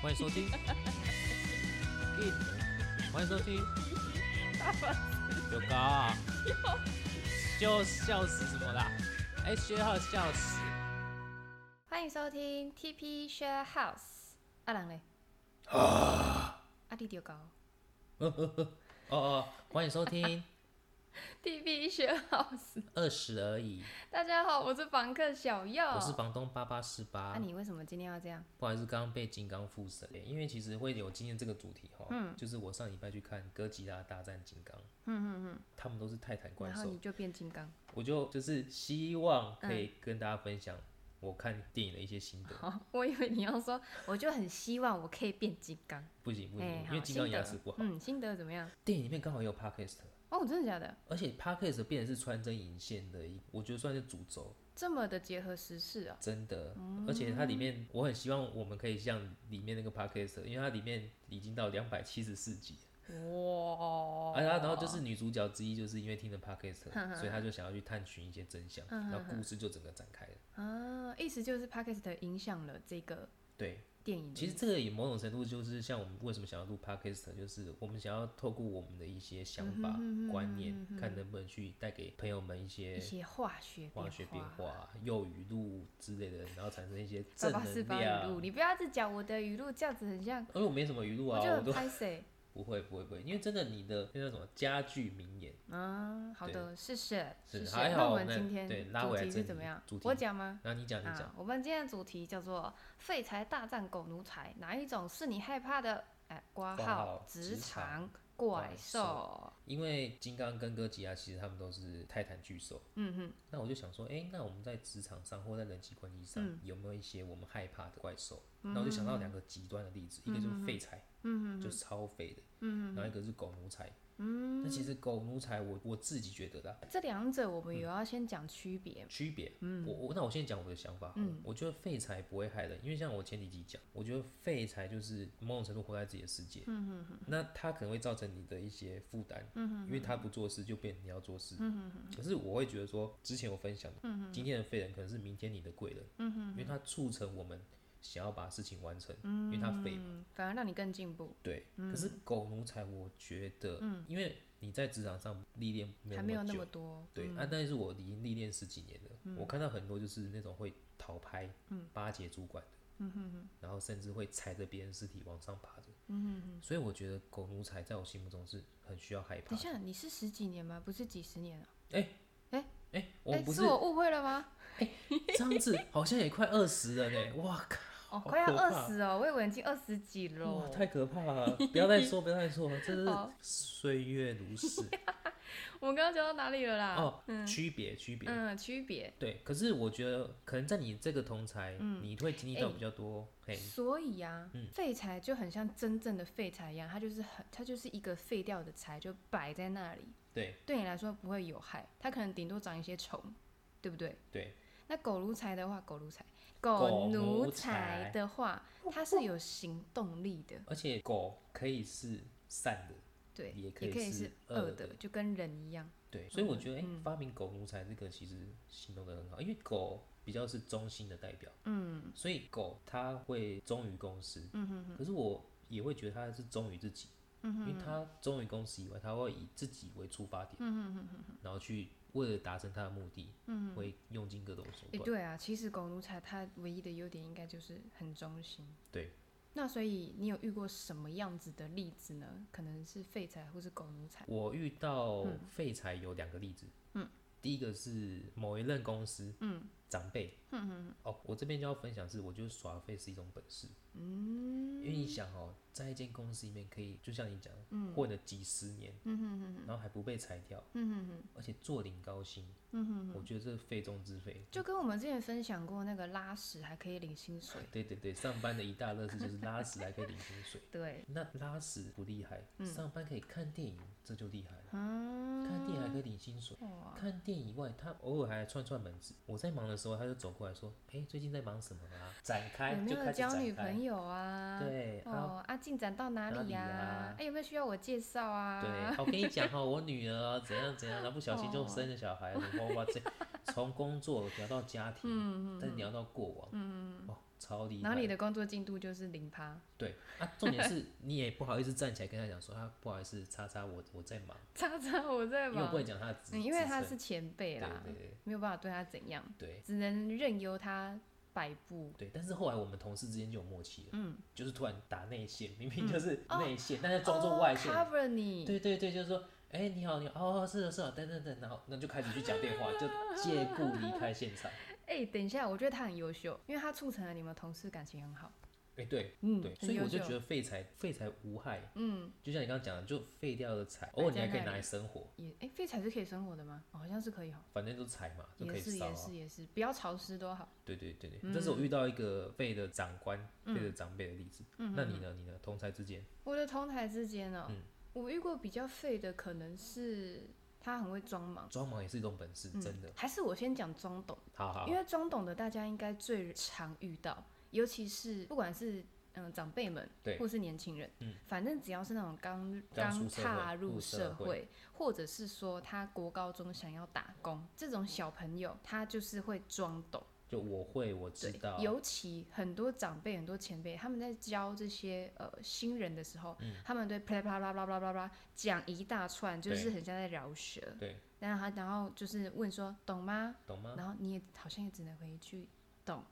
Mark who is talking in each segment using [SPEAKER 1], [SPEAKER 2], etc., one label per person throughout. [SPEAKER 1] 欢迎收听 It，欢迎 收听有高啊，就笑死什么啦？哎，薛浩笑死，
[SPEAKER 2] 欢迎收听 TP Share House。阿郎嘞？
[SPEAKER 1] 啊
[SPEAKER 2] 啊阿弟丢高。
[SPEAKER 1] 哦哦，欢迎收听
[SPEAKER 2] TP Share House。
[SPEAKER 1] 二十而已，
[SPEAKER 2] 大家好，我是房客小耀。
[SPEAKER 1] 我是房东八八四八。
[SPEAKER 2] 那、哦啊你为什么今天要这样？
[SPEAKER 1] 不好意思，刚刚被金刚附身欸了，因为其实会有今天这个主题哈，
[SPEAKER 2] 嗯
[SPEAKER 1] 就是我上礼拜去看《哥吉拉大战金刚》，嗯嗯嗯，他们都是泰坦怪
[SPEAKER 2] 然后
[SPEAKER 1] 兽
[SPEAKER 2] 你，嗯就变金刚。
[SPEAKER 1] 我就就是希望可以跟大家分享我看电影的一些心得。
[SPEAKER 2] 好，哦我以为你要说，我就很希望我可以变金刚。
[SPEAKER 1] 不行不
[SPEAKER 2] 哎
[SPEAKER 1] 行，
[SPEAKER 2] 好
[SPEAKER 1] 因为金刚牙齿不好。
[SPEAKER 2] 嗯，心得怎么样？
[SPEAKER 1] 电影里面刚好也有 podcast，
[SPEAKER 2] 哦，真的假的？
[SPEAKER 1] 而且 podcast 变成是穿针引线的一，我觉得算是主轴，
[SPEAKER 2] 这么的结合时事哦。
[SPEAKER 1] 真的。而且它里面，我很希望我们可以像里面那个 podcast，因为它里面已经到两百七十四集了。
[SPEAKER 2] 哇！
[SPEAKER 1] 啊，然后然后就是女主角之一，就是因为 听了 podcast，所以她就想要去探寻一些真相，然后故事就整个展开了。
[SPEAKER 2] 啊，意思就是 Podcast 影响了这个
[SPEAKER 1] 对，
[SPEAKER 2] 电影的。
[SPEAKER 1] 其实这个也某种程度就是像我们为什么想要录 podcast，就是我们想要透过我们的一些想
[SPEAKER 2] 嗯
[SPEAKER 1] 法、观念，看能不能去带给朋友们一些
[SPEAKER 2] 一些化学
[SPEAKER 1] 化学变
[SPEAKER 2] 化。
[SPEAKER 1] 化、幼语录之类的，然后产生一些
[SPEAKER 2] 八
[SPEAKER 1] 正
[SPEAKER 2] 八四
[SPEAKER 1] 能
[SPEAKER 2] 八语
[SPEAKER 1] 量
[SPEAKER 2] 录，。你不要一直讲我的语录，这样子很像，
[SPEAKER 1] 因为我没什么语录
[SPEAKER 2] 我
[SPEAKER 1] 啊，
[SPEAKER 2] 就
[SPEAKER 1] 我
[SPEAKER 2] 很
[SPEAKER 1] 都
[SPEAKER 2] 拍谁
[SPEAKER 1] 不会不会不会，因为真的你的那叫什么家具名言，
[SPEAKER 2] 啊？好的，谢谢，
[SPEAKER 1] 是
[SPEAKER 2] 谢谢。
[SPEAKER 1] 还好
[SPEAKER 2] 那我们
[SPEAKER 1] 那
[SPEAKER 2] 今天
[SPEAKER 1] 对拉回
[SPEAKER 2] 主
[SPEAKER 1] 来
[SPEAKER 2] 题
[SPEAKER 1] 正
[SPEAKER 2] 是怎么
[SPEAKER 1] 题
[SPEAKER 2] 样
[SPEAKER 1] 主？题
[SPEAKER 2] 我讲吗？
[SPEAKER 1] 然后你讲你讲
[SPEAKER 2] 啊，，我们今天的主题叫做“废柴大战狗奴才”，哪一种是你害怕的？哎，挂
[SPEAKER 1] 挂
[SPEAKER 2] 号
[SPEAKER 1] 号
[SPEAKER 2] 职
[SPEAKER 1] 职
[SPEAKER 2] 场
[SPEAKER 1] 场
[SPEAKER 2] 怪
[SPEAKER 1] 怪
[SPEAKER 2] 兽。
[SPEAKER 1] 因为金刚跟哥吉拉其实他们都是泰坦巨兽，
[SPEAKER 2] 嗯哼，
[SPEAKER 1] 那我就想说，哎、那我们在职场上或在人际关系上、
[SPEAKER 2] 嗯
[SPEAKER 1] 有没有一些我们害怕的怪兽？那我就想到两个极端的例子，一个就是废柴，嗯就是超废的，嗯然后一个是狗奴才，嗯，那其实狗奴才我我自己觉得啦，
[SPEAKER 2] 这两者我们
[SPEAKER 1] 嗯
[SPEAKER 2] 有要先讲区别。
[SPEAKER 1] 区别，嗯，我我那我先讲我的想法，嗯，我觉得废柴不会害人，因为像我前几集讲，我觉得废柴就是某种程度活在自己的世界，嗯哼哼，那它可能会造成你的一些负担，嗯哼因为他不做事就变你要做事，嗯哼可是我会觉得说，之前有分享的，嗯今天的废人可能是明天你的贵人，嗯哼因为它促成我们想要把事情完成，嗯，因为它废嘛，
[SPEAKER 2] 嗯，反而让你更进步，
[SPEAKER 1] 对，可是狗奴才我觉得，嗯，因为你在职场上历练没有
[SPEAKER 2] 还没有
[SPEAKER 1] 么
[SPEAKER 2] 那
[SPEAKER 1] 久
[SPEAKER 2] 么。多。
[SPEAKER 1] 对，啊，但是我已经历练十几年了，
[SPEAKER 2] 嗯
[SPEAKER 1] 我看到很多就是那种会讨拍、巴结主管的，
[SPEAKER 2] 嗯
[SPEAKER 1] 然后甚至会踩着别人尸体往上爬的，
[SPEAKER 2] 嗯
[SPEAKER 1] 所以我觉得狗奴才在我心目中是很需要害怕
[SPEAKER 2] 等一
[SPEAKER 1] 的。
[SPEAKER 2] 下，你是十几年吗？不是几十年啊？
[SPEAKER 1] 哎、我
[SPEAKER 2] 哎，
[SPEAKER 1] 不
[SPEAKER 2] 是
[SPEAKER 1] 是
[SPEAKER 2] 我误会了吗？
[SPEAKER 1] 这样子，好像也快二十了呢，哇靠，
[SPEAKER 2] 哦，
[SPEAKER 1] 好
[SPEAKER 2] 快要
[SPEAKER 1] 可
[SPEAKER 2] 二
[SPEAKER 1] 怕
[SPEAKER 2] 十哦，我以为已经二十几了。
[SPEAKER 1] 哇，太可怕了！不要再说，不要再说，真
[SPEAKER 2] 哦好
[SPEAKER 1] 是岁月如 逝
[SPEAKER 2] 我们刚刚讲到哪里了啦？
[SPEAKER 1] 哦。区别，区别，
[SPEAKER 2] 啊嗯，区别。
[SPEAKER 1] 对。可是我觉得，可能在你这个同才，你会经历到
[SPEAKER 2] 哎
[SPEAKER 1] 比较多，嘿，
[SPEAKER 2] 所以啊，
[SPEAKER 1] 嗯
[SPEAKER 2] 废柴就很像真正的废柴一样，它就是很，它就是一个废掉的柴，就摆在那里，
[SPEAKER 1] 对
[SPEAKER 2] 对你来说不会有害，它可能顶多长一些虫，对不对？
[SPEAKER 1] 对，
[SPEAKER 2] 那狗奴才的话，狗奴才，
[SPEAKER 1] 狗
[SPEAKER 2] 奴
[SPEAKER 1] 奴
[SPEAKER 2] 才
[SPEAKER 1] 才
[SPEAKER 2] 的话，它是有行动力的，
[SPEAKER 1] 而且狗可以是善的，
[SPEAKER 2] 对，
[SPEAKER 1] 也可以
[SPEAKER 2] 可以
[SPEAKER 1] 是
[SPEAKER 2] 是恶
[SPEAKER 1] 恶
[SPEAKER 2] 的
[SPEAKER 1] 的，
[SPEAKER 2] 就跟人一样。
[SPEAKER 1] 对，所以我觉得，哎、发明狗奴才这个其实形容的很好，因为狗比较是忠心的代表，嗯，所以狗它会忠于公司，嗯哼可是我也会觉得它是忠于自己，嗯因为它忠于公司以外，它会以自己为出发点，嗯然后去为了达成它的目的，嗯，会用尽各种手
[SPEAKER 2] 哎，
[SPEAKER 1] 段，
[SPEAKER 2] 对啊，其实狗奴才它唯一的优点应该就是很忠心。
[SPEAKER 1] 对，
[SPEAKER 2] 那所以你有遇过什么样子的例子呢？可能是废柴或是狗奴才。
[SPEAKER 1] 我遇到废柴有两个例子，嗯，第一个是某一任公司，嗯，长辈，嗯哦，我这边就要分享是，我觉得耍废是一种本事，嗯，因为你想哦，在一间公司里面可以，就像你讲，嗯，混了几十年，嗯哼哼，然后还不被裁掉，嗯哼哼，而且坐领高薪，嗯哼我觉得这是非中之非，
[SPEAKER 2] 就跟我们之前分享过那个拉屎还可以领薪水，
[SPEAKER 1] 对对对，上班的一大乐事就是拉屎还可以领薪水。
[SPEAKER 2] 对，
[SPEAKER 1] 那拉屎不厉害，
[SPEAKER 2] 嗯
[SPEAKER 1] 上班可以看电影，这就厉害了。
[SPEAKER 2] 啊
[SPEAKER 1] 看电影还可以领薪水，看电影以外，他偶尔还串串门子。我在忙的时候，他就走过来说：“哎、最近在忙什么啊？”展开
[SPEAKER 2] 有没
[SPEAKER 1] 就开
[SPEAKER 2] 有
[SPEAKER 1] 始
[SPEAKER 2] 交女
[SPEAKER 1] 展
[SPEAKER 2] 朋
[SPEAKER 1] 开。
[SPEAKER 2] 友啊？
[SPEAKER 1] 对，啊，
[SPEAKER 2] 哦啊，进展到哪里呀、
[SPEAKER 1] 哪里呀
[SPEAKER 2] 哎、有没有需要我介绍啊？
[SPEAKER 1] 对，我跟你讲哈，我女儿啊怎 样怎样，然后不小心就生了小
[SPEAKER 2] 嗯
[SPEAKER 1] 孩，哇哇这，从工作聊到家庭，再聊到过往，哦，超厉
[SPEAKER 2] 然后
[SPEAKER 1] 害。
[SPEAKER 2] 你嗯的工作进度就是零趴，
[SPEAKER 1] 对啊，重点是你也不好意思站起来跟他讲说啊，不好意思，叉叉我我在忙，
[SPEAKER 2] 叉叉我在
[SPEAKER 1] 因为我
[SPEAKER 2] 忙
[SPEAKER 1] 不，能讲他的职
[SPEAKER 2] 嗯因为他
[SPEAKER 1] 职
[SPEAKER 2] 是前辈
[SPEAKER 1] 称
[SPEAKER 2] 啦，
[SPEAKER 1] 对对对
[SPEAKER 2] 没有办法对他怎样，
[SPEAKER 1] 对
[SPEAKER 2] 只能任由他摆布。
[SPEAKER 1] 对，但是后来我们同事之间就有默契了，嗯，就是突然打内线，明明就是内线，但是装作外线，
[SPEAKER 2] 嗯哦、cover 你，
[SPEAKER 1] 对对对，就是说，哎、你好，你好，哦，是的，是的，等等等，然后那就开始去讲电 话，就借故离开现场。
[SPEAKER 2] 哎、等一下，我觉得他很优秀，因为他促成了你们同事感情很好。
[SPEAKER 1] 哎、对
[SPEAKER 2] 嗯，
[SPEAKER 1] 对，
[SPEAKER 2] 很
[SPEAKER 1] 所以
[SPEAKER 2] 优
[SPEAKER 1] 我就
[SPEAKER 2] 秀
[SPEAKER 1] 觉得废柴废柴无害，
[SPEAKER 2] 嗯，
[SPEAKER 1] 就像你刚刚讲的，就废掉的柴，偶尔你还可以拿来生火，
[SPEAKER 2] 也哎，废柴是可以生活的吗？哦好像是可以哈，
[SPEAKER 1] 反正就柴嘛，就可
[SPEAKER 2] 也
[SPEAKER 1] 以
[SPEAKER 2] 是
[SPEAKER 1] 烧
[SPEAKER 2] 也
[SPEAKER 1] 啊
[SPEAKER 2] 是。嗯也是，不要潮湿都好。
[SPEAKER 1] 对对对对，这是我遇到一个废的长官、废的长辈的例子。
[SPEAKER 2] 嗯
[SPEAKER 1] 那你呢？你呢？同才之间，
[SPEAKER 2] 我的同台之间呢、
[SPEAKER 1] 嗯
[SPEAKER 2] 我遇过比较废的可能是他很会装忙，嗯
[SPEAKER 1] 装忙也是一种本事，真的。
[SPEAKER 2] 还是我先讲装懂，
[SPEAKER 1] 好好
[SPEAKER 2] 因，为装懂的大家应该最常遇到，尤其是不管是。嗯，长辈们，
[SPEAKER 1] 对
[SPEAKER 2] 或是年轻人，
[SPEAKER 1] 嗯
[SPEAKER 2] 反正只要是那种刚
[SPEAKER 1] 刚出社会
[SPEAKER 2] 踏入
[SPEAKER 1] 入
[SPEAKER 2] 社
[SPEAKER 1] 社会
[SPEAKER 2] 会，或者是说他国高中想要打工，这种小朋友他就是会装懂。
[SPEAKER 1] 就我会，我知
[SPEAKER 2] 对，
[SPEAKER 1] 道，
[SPEAKER 2] 尤其很多长辈、很多前辈，他们在教这些呃新人的时候，
[SPEAKER 1] 嗯
[SPEAKER 2] 他们对啪啦啪啦啪啦啪啦啪啦讲一大串，就是
[SPEAKER 1] 对
[SPEAKER 2] 很像在饶舌。
[SPEAKER 1] 对，啊
[SPEAKER 2] 然后他然后就是问说懂吗？
[SPEAKER 1] 懂吗？
[SPEAKER 2] 然后你也好像也只能回一句懂，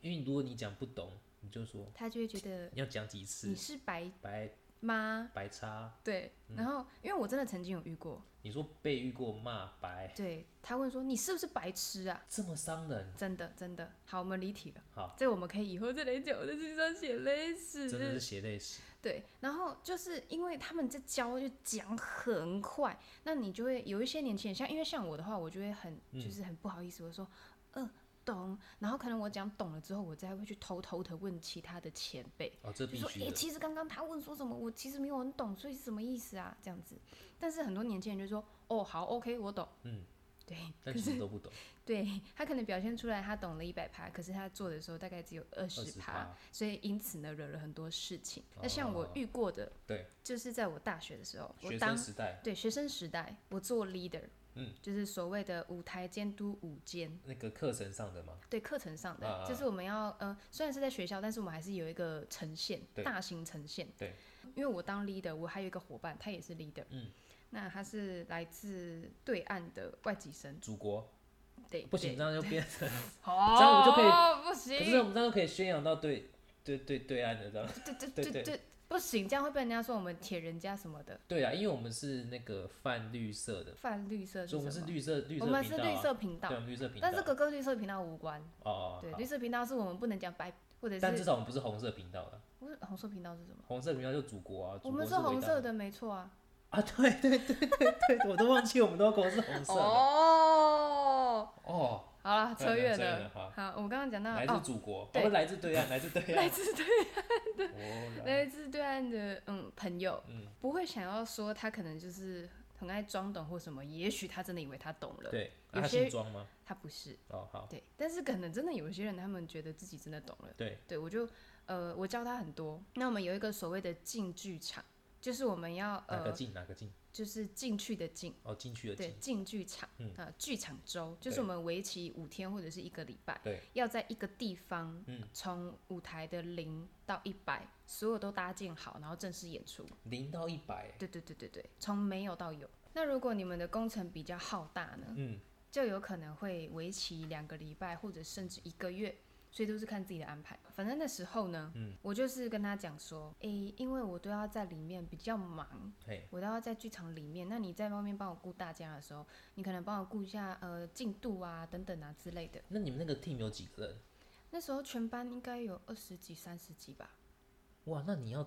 [SPEAKER 1] 因为如果你讲不懂，你就说
[SPEAKER 2] 他就会觉得
[SPEAKER 1] 你要讲几次
[SPEAKER 2] 你，是白
[SPEAKER 1] 白
[SPEAKER 2] 吗？
[SPEAKER 1] 白差。
[SPEAKER 2] 对，
[SPEAKER 1] 嗯
[SPEAKER 2] 然后因为我真的曾经有遇过，
[SPEAKER 1] 你说被遇过骂白，
[SPEAKER 2] 对他问说你是不是白痴啊？
[SPEAKER 1] 这么伤人，
[SPEAKER 2] 真的真的，好，我们离题了。
[SPEAKER 1] 好，
[SPEAKER 2] 这我们可以以后再来讲。我在心上写泪史，
[SPEAKER 1] 真的是血泪史。
[SPEAKER 2] 对，然后就是因为他们在教就讲很快，那你就会有一些年轻人，像因为像我的话，我就会很
[SPEAKER 1] 嗯
[SPEAKER 2] 就是很不好意思，我说嗯、呃、懂，然后可能我讲懂了之后，我再会去偷偷的问其他的前辈，
[SPEAKER 1] 哦，这
[SPEAKER 2] 就
[SPEAKER 1] 必
[SPEAKER 2] 说
[SPEAKER 1] 须
[SPEAKER 2] 诶、
[SPEAKER 1] 的。
[SPEAKER 2] 其实刚刚他问说什么，我其实没有很懂，所以是什么意思啊？这样子，但是很多年轻人就说哦好 OK 我懂，
[SPEAKER 1] 嗯，
[SPEAKER 2] 对，
[SPEAKER 1] 但其实都不懂，
[SPEAKER 2] 对他可能表现出来他懂了一百趴，可是他做的时候大概只有二
[SPEAKER 1] 二
[SPEAKER 2] 十
[SPEAKER 1] 十
[SPEAKER 2] 趴，
[SPEAKER 1] 趴，
[SPEAKER 2] 所以因此呢惹了很多事情。那像我
[SPEAKER 1] 哦
[SPEAKER 2] 遇过的，
[SPEAKER 1] 对，
[SPEAKER 2] 就是在我大学的时候，我
[SPEAKER 1] 学
[SPEAKER 2] 当
[SPEAKER 1] 生时代
[SPEAKER 2] 对学生时代我做 leader，
[SPEAKER 1] 嗯，
[SPEAKER 2] 就是所谓的舞台监督舞监。
[SPEAKER 1] 那个课程上的嘛，
[SPEAKER 2] 对课程上的，
[SPEAKER 1] 啊
[SPEAKER 2] 就是我们要呃，虽然是在学校，但是我们还是有一个呈现，
[SPEAKER 1] 对
[SPEAKER 2] 大型呈现。
[SPEAKER 1] 对，
[SPEAKER 2] 因为我当 leader，我还有一个伙伴，他也是 leader。
[SPEAKER 1] 嗯，
[SPEAKER 2] 那他是来自对岸的外籍生。
[SPEAKER 1] 祖国
[SPEAKER 2] 对，
[SPEAKER 1] 不行，
[SPEAKER 2] 对，
[SPEAKER 1] 这样就变成，
[SPEAKER 2] 哦，
[SPEAKER 1] 这样我就可以
[SPEAKER 2] 不
[SPEAKER 1] 可
[SPEAKER 2] 行，
[SPEAKER 1] 是我们这样就可以宣扬到对对对对岸的这样。
[SPEAKER 2] 对对
[SPEAKER 1] 对
[SPEAKER 2] 对
[SPEAKER 1] 对
[SPEAKER 2] 对，不行，这样会被人家说我们铁人家什么的。
[SPEAKER 1] 对啊，因为我们是那个泛绿色的，
[SPEAKER 2] 泛绿色
[SPEAKER 1] 所以我们
[SPEAKER 2] 什
[SPEAKER 1] 是
[SPEAKER 2] 么？
[SPEAKER 1] 绿色绿色
[SPEAKER 2] 我
[SPEAKER 1] 频道啊，
[SPEAKER 2] 们是绿色频道
[SPEAKER 1] 对，我，们绿色频道。
[SPEAKER 2] 但是哥哥绿色频道无关。
[SPEAKER 1] 哦，
[SPEAKER 2] 对，
[SPEAKER 1] 好
[SPEAKER 2] 绿色频道是我们不能讲白，或者
[SPEAKER 1] 但至
[SPEAKER 2] 是
[SPEAKER 1] 少我们不是红色频道了，
[SPEAKER 2] 不是红色频道是什么？
[SPEAKER 1] 红色频道就祖国啊，
[SPEAKER 2] 我
[SPEAKER 1] 祖国
[SPEAKER 2] 们
[SPEAKER 1] 是
[SPEAKER 2] 是红
[SPEAKER 1] 伟大
[SPEAKER 2] 色的，没错啊。
[SPEAKER 1] 啊，对对对对对，我都忘记我们都国是红色的
[SPEAKER 2] 哦，
[SPEAKER 1] 哦。
[SPEAKER 2] 好了，
[SPEAKER 1] 扯
[SPEAKER 2] 扯
[SPEAKER 1] 远了
[SPEAKER 2] 远了。
[SPEAKER 1] 扯远了
[SPEAKER 2] 好，我刚刚讲到
[SPEAKER 1] 来
[SPEAKER 2] 哦
[SPEAKER 1] 自，祖国，
[SPEAKER 2] 对
[SPEAKER 1] 我们来自对岸，来自对
[SPEAKER 2] 来
[SPEAKER 1] 岸，
[SPEAKER 2] 自对
[SPEAKER 1] 哦来
[SPEAKER 2] 来自对岸的嗯朋友，
[SPEAKER 1] 嗯
[SPEAKER 2] 不会想要说他可能就是很爱装懂或什么，也许他真的以为他懂了，
[SPEAKER 1] 对，
[SPEAKER 2] 有
[SPEAKER 1] 啊他
[SPEAKER 2] 些
[SPEAKER 1] 姓庄吗？
[SPEAKER 2] 他不是。
[SPEAKER 1] 哦，好，
[SPEAKER 2] 对，但是可能真的有些人，他们觉得自己真的懂了。
[SPEAKER 1] 对，
[SPEAKER 2] 对我就呃，我教他很多。那我们有一个所谓的进剧场，就是我们要
[SPEAKER 1] 哪个
[SPEAKER 2] 呃，
[SPEAKER 1] 进哪个进？
[SPEAKER 2] 就是进去的进，
[SPEAKER 1] 哦，进去的
[SPEAKER 2] 对
[SPEAKER 1] 进，，
[SPEAKER 2] 进剧场，
[SPEAKER 1] 嗯
[SPEAKER 2] 啊、剧场周就是
[SPEAKER 1] 对
[SPEAKER 2] 我们为期五天或者是一个礼拜，
[SPEAKER 1] 对，
[SPEAKER 2] 要在一个地方，
[SPEAKER 1] 嗯
[SPEAKER 2] 从舞台的零到一百，所有都搭建好，然后正式演出。
[SPEAKER 1] 零到一百，
[SPEAKER 2] 对对对对对，从没有到有。那如果你们的工程比较浩大呢，
[SPEAKER 1] 嗯，
[SPEAKER 2] 就有可能会为期两个礼拜，或者甚至一个月，所以都是看自己的安排。反正那时候呢，
[SPEAKER 1] 嗯
[SPEAKER 2] 我就是跟他讲说，诶、因为我都要在里面比较忙，
[SPEAKER 1] 嘿，
[SPEAKER 2] 我都要在剧场里面，那你在外面帮我顾大家的时候，你可能帮我顾一下呃进度啊等等啊之类的。
[SPEAKER 1] 那你们那个 team 有几个人？
[SPEAKER 2] 那时候全班应该有二十几、三十几吧，
[SPEAKER 1] 哇，那你要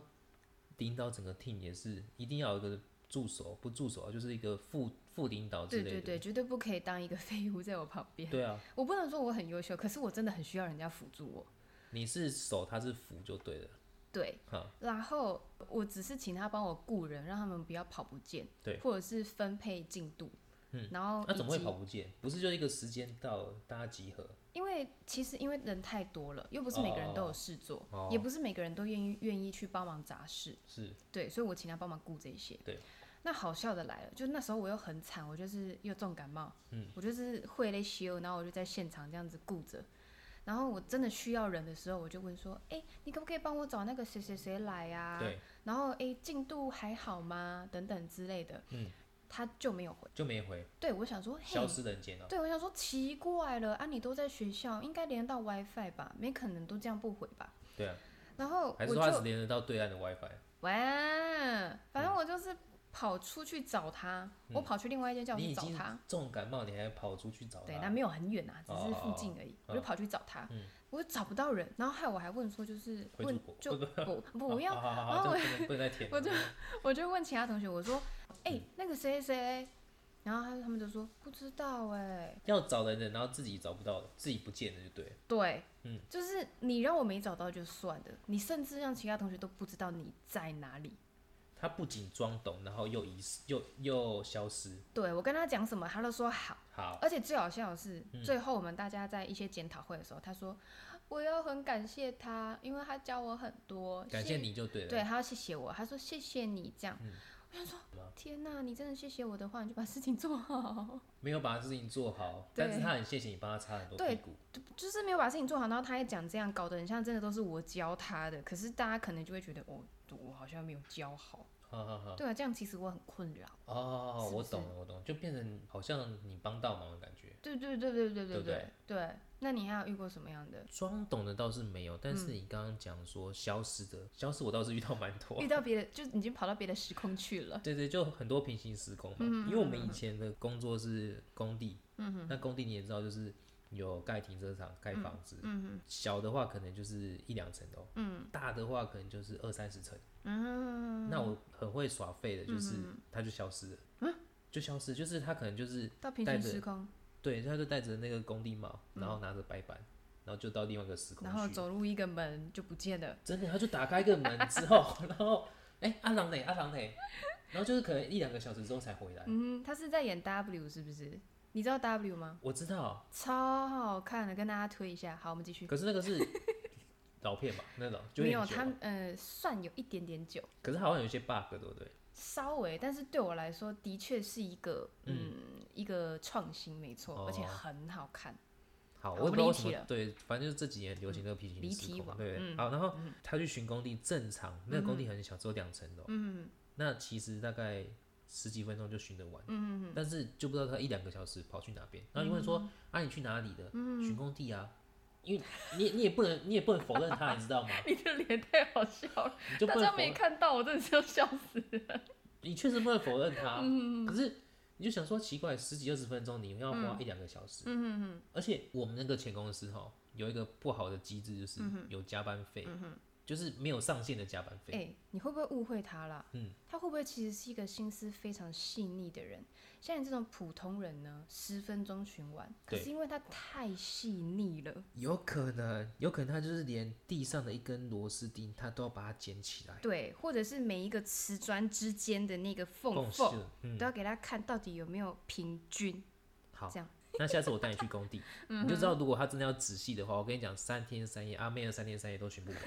[SPEAKER 1] 领导整个 team 也是一定要有一个助手，不助手啊，就是一个副副领导之
[SPEAKER 2] 对
[SPEAKER 1] 类
[SPEAKER 2] 对
[SPEAKER 1] 的。
[SPEAKER 2] 对，绝对不可以当一个废物在我旁边。
[SPEAKER 1] 对啊，
[SPEAKER 2] 我不能说我很优秀，可是我真的很需要人家辅助我。
[SPEAKER 1] 你是手，他是辅就对了。
[SPEAKER 2] 对，
[SPEAKER 1] 好，
[SPEAKER 2] 然后我只是请他帮我雇人，让他们不要跑不见，
[SPEAKER 1] 对
[SPEAKER 2] 或者是分配进度，嗯，然后
[SPEAKER 1] 那、
[SPEAKER 2] 以
[SPEAKER 1] 怎么会
[SPEAKER 2] 及
[SPEAKER 1] 跑不见？不是就一个时间到了，大家集合？
[SPEAKER 2] 因为其实因为人太多了，又不是每个人都有事做，
[SPEAKER 1] 哦
[SPEAKER 2] 也不是每个人都愿意愿意去帮忙杂事，
[SPEAKER 1] 是
[SPEAKER 2] 对，所以我请他帮忙顾这一些。
[SPEAKER 1] 对，
[SPEAKER 2] 那好笑的来了，就那时候我又很惨，我就是又重感冒，
[SPEAKER 1] 嗯，
[SPEAKER 2] 我就是会了休，然后我就在现场这样子顾着。然后我真的需要人的时候，我就问说，哎、你可不可以帮我找那个谁谁谁来呀、
[SPEAKER 1] 对，
[SPEAKER 2] 然后哎，进度还好吗？等等之类的，
[SPEAKER 1] 嗯，
[SPEAKER 2] 他就没有回。
[SPEAKER 1] 就没回，
[SPEAKER 2] 对我想说，嘿
[SPEAKER 1] 消，失人间了。
[SPEAKER 2] 对我想说奇怪了啊，你都在学校，应该连到 WiFi 吧？没可能都这样不回吧？
[SPEAKER 1] 对啊，
[SPEAKER 2] 然后
[SPEAKER 1] 还
[SPEAKER 2] 我
[SPEAKER 1] 是说他
[SPEAKER 2] 就
[SPEAKER 1] 只连得到对岸的 WiFi？
[SPEAKER 2] 哇，
[SPEAKER 1] 嗯
[SPEAKER 2] 反正我就是跑出去找他，我跑去另外一间教
[SPEAKER 1] 你
[SPEAKER 2] 室
[SPEAKER 1] 已
[SPEAKER 2] 找
[SPEAKER 1] 经
[SPEAKER 2] 他。
[SPEAKER 1] 重感冒，你还跑出去找
[SPEAKER 2] 对，
[SPEAKER 1] 他？
[SPEAKER 2] 但没有很远啊，只是
[SPEAKER 1] 哦嗯
[SPEAKER 2] 附近而已。我就跑去找他，我就找不到人，然后害我还问说，就是
[SPEAKER 1] 回哦
[SPEAKER 2] 问
[SPEAKER 1] 祖国
[SPEAKER 2] 就
[SPEAKER 1] 不
[SPEAKER 2] 不
[SPEAKER 1] 好
[SPEAKER 2] 不要，
[SPEAKER 1] 好好好
[SPEAKER 2] 然后
[SPEAKER 1] 好，这 样不能不能再舔了。
[SPEAKER 2] 我就我就问其他同学，我说，哎、
[SPEAKER 1] 嗯
[SPEAKER 2] 那个谁谁谁，然后他他们就说不知道哎、
[SPEAKER 1] 要找的人，然后自己找不到的，自己不见的就对了。
[SPEAKER 2] 对，
[SPEAKER 1] 嗯
[SPEAKER 2] 就是你让我没找到就算了，你甚至让其他同学都不知道你在哪里。
[SPEAKER 1] 他不仅装懂，然后又遗失，又又消失。
[SPEAKER 2] 对我跟他讲什么，他都说好。
[SPEAKER 1] 好，
[SPEAKER 2] 而且最好笑的是，
[SPEAKER 1] 嗯
[SPEAKER 2] 最后我们大家在一些检讨会的时候，他说我要很感谢他，因为他教我很多，
[SPEAKER 1] 感谢你嗯就对了。
[SPEAKER 2] 对他要谢谢我，他说谢谢你这样。我想说，
[SPEAKER 1] 嗯
[SPEAKER 2] 天哪、你真的谢谢我的话，你就把事情做好，
[SPEAKER 1] 没有把事情做好，
[SPEAKER 2] 对
[SPEAKER 1] 但是他很谢谢你帮他擦很多屁
[SPEAKER 2] 对
[SPEAKER 1] 股。
[SPEAKER 2] 就就是没有把事情做好，然后他还讲这样，搞得很像真的都是我教他的。可是大家可能就会觉得，哦，我好像没有教好。
[SPEAKER 1] 好好好，
[SPEAKER 2] 对啊，这样其实我很困扰。
[SPEAKER 1] 哦，
[SPEAKER 2] 是不
[SPEAKER 1] 我
[SPEAKER 2] 是
[SPEAKER 1] 懂了，我懂了，就变成好像你帮倒忙的感觉。
[SPEAKER 2] 对对对对对
[SPEAKER 1] 对不
[SPEAKER 2] 对对。那你还有遇过什么样的？
[SPEAKER 1] 装懂的倒是没有，但是你刚刚讲说消失的，消失我倒是遇到蛮多
[SPEAKER 2] 遇。到别的就已经跑到别的时空去了。
[SPEAKER 1] 对对，就很多平行时空嘛。因为我们以前的工作是工地，嗯、那工地你也知道，就是有盖停车场、盖房子，嗯、小的话可能就是一两层楼，嗯、大的话可能就是二三十层。嗯、那我很会耍废的，就是它就消失了，就消失，就是它可能就是
[SPEAKER 2] 到平
[SPEAKER 1] 带
[SPEAKER 2] 行
[SPEAKER 1] 着
[SPEAKER 2] 时空，
[SPEAKER 1] 对，他就戴着那个工地帽，然后拿着白板，嗯然后就到另外一个时空
[SPEAKER 2] 然后
[SPEAKER 1] 去。
[SPEAKER 2] 走入一个门就不见了。
[SPEAKER 1] 真的，他就打开一个门之后， 然后哎、阿郎呢？阿郎呢？然后就是可能一两个小时之后才回来。
[SPEAKER 2] 嗯，他是在演 W 是不是？你知道 W 吗？
[SPEAKER 1] 我知道，
[SPEAKER 2] 超好看的，跟大家推一下。好，我们继续。
[SPEAKER 1] 可是那个是老片嘛，那种就
[SPEAKER 2] 没
[SPEAKER 1] 点
[SPEAKER 2] 有，
[SPEAKER 1] 久
[SPEAKER 2] 他
[SPEAKER 1] 了。
[SPEAKER 2] 呃算有一点点久，
[SPEAKER 1] 可是好像有些 bug，对不对？
[SPEAKER 2] 稍微，但是对我来说的确是一个嗯一个创新，没错，
[SPEAKER 1] 哦
[SPEAKER 2] 而且很好看。
[SPEAKER 1] 好，
[SPEAKER 2] 好
[SPEAKER 1] 我也不知道
[SPEAKER 2] 我
[SPEAKER 1] 为
[SPEAKER 2] 们
[SPEAKER 1] 什
[SPEAKER 2] 离题
[SPEAKER 1] 么
[SPEAKER 2] 了嗯
[SPEAKER 1] 对，反正就是这几年流行这个平
[SPEAKER 2] 离
[SPEAKER 1] 行时
[SPEAKER 2] 题
[SPEAKER 1] 空，
[SPEAKER 2] 网
[SPEAKER 1] 对不对？
[SPEAKER 2] 嗯
[SPEAKER 1] 好，然后他去巡工地，正常那个工地很小，只有两层楼，嗯，那其实大概十几分钟就巡得完，嗯，但是就不知道他一两个小时跑去哪边，然后你问
[SPEAKER 2] 嗯
[SPEAKER 1] 说、啊，你去哪里的？巡工地啊，因为你你也不能你也不能否认他，你知道吗？
[SPEAKER 2] 你的脸太好笑了，
[SPEAKER 1] 你就不能否认，
[SPEAKER 2] 看到，我真的是要笑死。
[SPEAKER 1] 你确实不能否认他，嗯，可是。你就想说奇怪，十几二十分钟你要花一两个小时，嗯嗯而且我们那个前公司哈有一个不好的机制，就是有加班费，就是没有上限的加班费。
[SPEAKER 2] 哎、你会不会误会他啦？
[SPEAKER 1] 嗯，
[SPEAKER 2] 他会不会其实是一个心思非常细腻的人？像你这种普通人呢，十分钟巡完，可
[SPEAKER 1] 对
[SPEAKER 2] 是因为他太细腻了，
[SPEAKER 1] 有可能，有可能他就是连地上的一根螺丝钉，他都要把它捡起来。
[SPEAKER 2] 对，或者是每一个瓷砖之间的那个缝
[SPEAKER 1] 共识
[SPEAKER 2] 缝，，
[SPEAKER 1] 嗯，
[SPEAKER 2] 都要给他看到底有没有平均。
[SPEAKER 1] 好
[SPEAKER 2] 这样，
[SPEAKER 1] 那下次我带你去工 地，
[SPEAKER 2] 嗯
[SPEAKER 1] 你就知道，如果他真的要仔细的话，我跟你讲，三天三夜，阿妹的三天三夜都巡不完，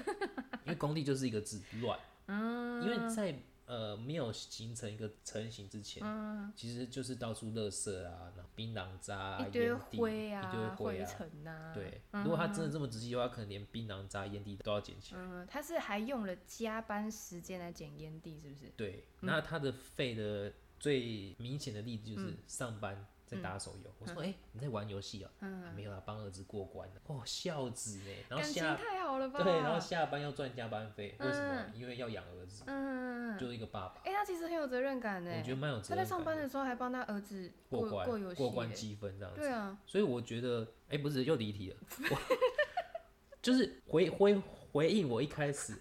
[SPEAKER 1] 因为工地就是一个字 乱，嗯，因为在呃没有形成一个成型之前，
[SPEAKER 2] 嗯
[SPEAKER 1] 其实就是到处垃圾啊，然后槟榔渣啊、
[SPEAKER 2] 一堆
[SPEAKER 1] 烟蒂
[SPEAKER 2] 灰
[SPEAKER 1] 一堆
[SPEAKER 2] 啊、嗯
[SPEAKER 1] 灰
[SPEAKER 2] 灰
[SPEAKER 1] 啊，
[SPEAKER 2] 尘呐、
[SPEAKER 1] 对，如果他真的这么仔细的话，可能连槟榔渣、烟蒂都要捡起来。
[SPEAKER 2] 嗯，他是还用了加班时间来捡烟蒂，是不是？
[SPEAKER 1] 对，那他的废的最明显的例子
[SPEAKER 2] 嗯
[SPEAKER 1] 就是上班在打手游，我说：“哎、你在玩游戏啊？”
[SPEAKER 2] 嗯
[SPEAKER 1] 啊没有啦，帮儿子过关了。哦，孝子呢？然后
[SPEAKER 2] 感情
[SPEAKER 1] 下
[SPEAKER 2] 太好了吧？
[SPEAKER 1] 对，然后下班要赚加班费，为什么？因为要养儿子，
[SPEAKER 2] 嗯，
[SPEAKER 1] 就是一个爸爸，
[SPEAKER 2] 哎、他其实很有责任感呢。
[SPEAKER 1] 我觉得蛮有责
[SPEAKER 2] 他
[SPEAKER 1] 任感
[SPEAKER 2] 在上班
[SPEAKER 1] 的
[SPEAKER 2] 的时候还帮他儿子
[SPEAKER 1] 过
[SPEAKER 2] 过
[SPEAKER 1] 关
[SPEAKER 2] 游戏欸
[SPEAKER 1] 过关
[SPEAKER 2] 耶
[SPEAKER 1] 积分这样子。
[SPEAKER 2] 对啊，
[SPEAKER 1] 所以我觉得，哎、不是又离题了， 我就是回回回应我一开始，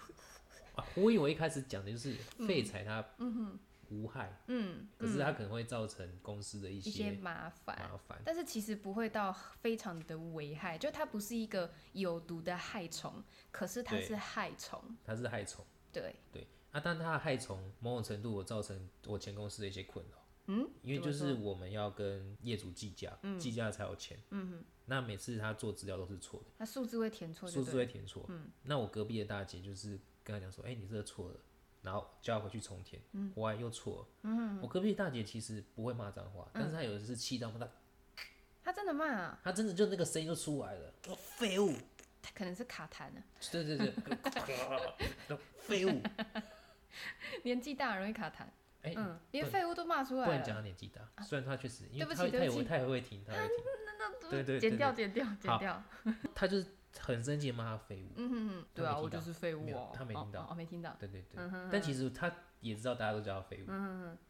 [SPEAKER 1] 啊，呼应我一开始讲的就是废材它无害，
[SPEAKER 2] 嗯，
[SPEAKER 1] 可是它可能会造成公司的一
[SPEAKER 2] 一些
[SPEAKER 1] 些
[SPEAKER 2] 麻烦，
[SPEAKER 1] 麻烦。
[SPEAKER 2] 但是其实不会到非常的危害，就它不是一个有毒的害虫，可是它
[SPEAKER 1] 对
[SPEAKER 2] 是害虫，
[SPEAKER 1] 它是害虫，
[SPEAKER 2] 对，
[SPEAKER 1] 对啊，但它的害虫某种程度我造成我前公司的一些困扰，
[SPEAKER 2] 嗯，
[SPEAKER 1] 因为
[SPEAKER 2] 怎
[SPEAKER 1] 就
[SPEAKER 2] 么
[SPEAKER 1] 是我们要跟业主计价，计价才有钱，嗯那每次他做资料都是错
[SPEAKER 2] 它数字会填
[SPEAKER 1] 的，
[SPEAKER 2] 错，
[SPEAKER 1] 数
[SPEAKER 2] 就
[SPEAKER 1] 字
[SPEAKER 2] 对了。
[SPEAKER 1] 会填错，嗯，那我隔壁的大姐就是跟他讲说，哎、你这个错了。然后叫他回去重填，嗯，我还
[SPEAKER 2] 嗯
[SPEAKER 1] 又错了，嗯，我隔壁的大姐其实不会骂脏话，但是她有的是气到骂到，
[SPEAKER 2] 他他真的骂啊，
[SPEAKER 1] 他真的就那个声音就出来了，哦废物，
[SPEAKER 2] 他可能是卡痰啊了，
[SPEAKER 1] 对对对，废物，
[SPEAKER 2] 年纪大容易卡痰，
[SPEAKER 1] 哎、
[SPEAKER 2] 嗯，连
[SPEAKER 1] 对
[SPEAKER 2] 废物都骂出
[SPEAKER 1] 不
[SPEAKER 2] 来
[SPEAKER 1] 然
[SPEAKER 2] 了，
[SPEAKER 1] 讲他年纪大，虽然他确实，因
[SPEAKER 2] 对不
[SPEAKER 1] 为他
[SPEAKER 2] 起
[SPEAKER 1] 他
[SPEAKER 2] 对
[SPEAKER 1] 也
[SPEAKER 2] 不
[SPEAKER 1] 会
[SPEAKER 2] 起
[SPEAKER 1] 他也会听，他也会 听，对对
[SPEAKER 2] 剪
[SPEAKER 1] 对
[SPEAKER 2] 掉剪掉剪
[SPEAKER 1] 好
[SPEAKER 2] 掉，
[SPEAKER 1] 他就是很生气地骂他废物，
[SPEAKER 2] 嗯哼哼，对
[SPEAKER 1] 他
[SPEAKER 2] 啊，
[SPEAKER 1] 没
[SPEAKER 2] 我
[SPEAKER 1] 听到
[SPEAKER 2] 就是废物
[SPEAKER 1] 没有
[SPEAKER 2] 哦，
[SPEAKER 1] 他没
[SPEAKER 2] 哦
[SPEAKER 1] 听到
[SPEAKER 2] 哦哦没听到，
[SPEAKER 1] 对对对
[SPEAKER 2] 嗯哼，
[SPEAKER 1] 但其实他也知道大家都叫他废物，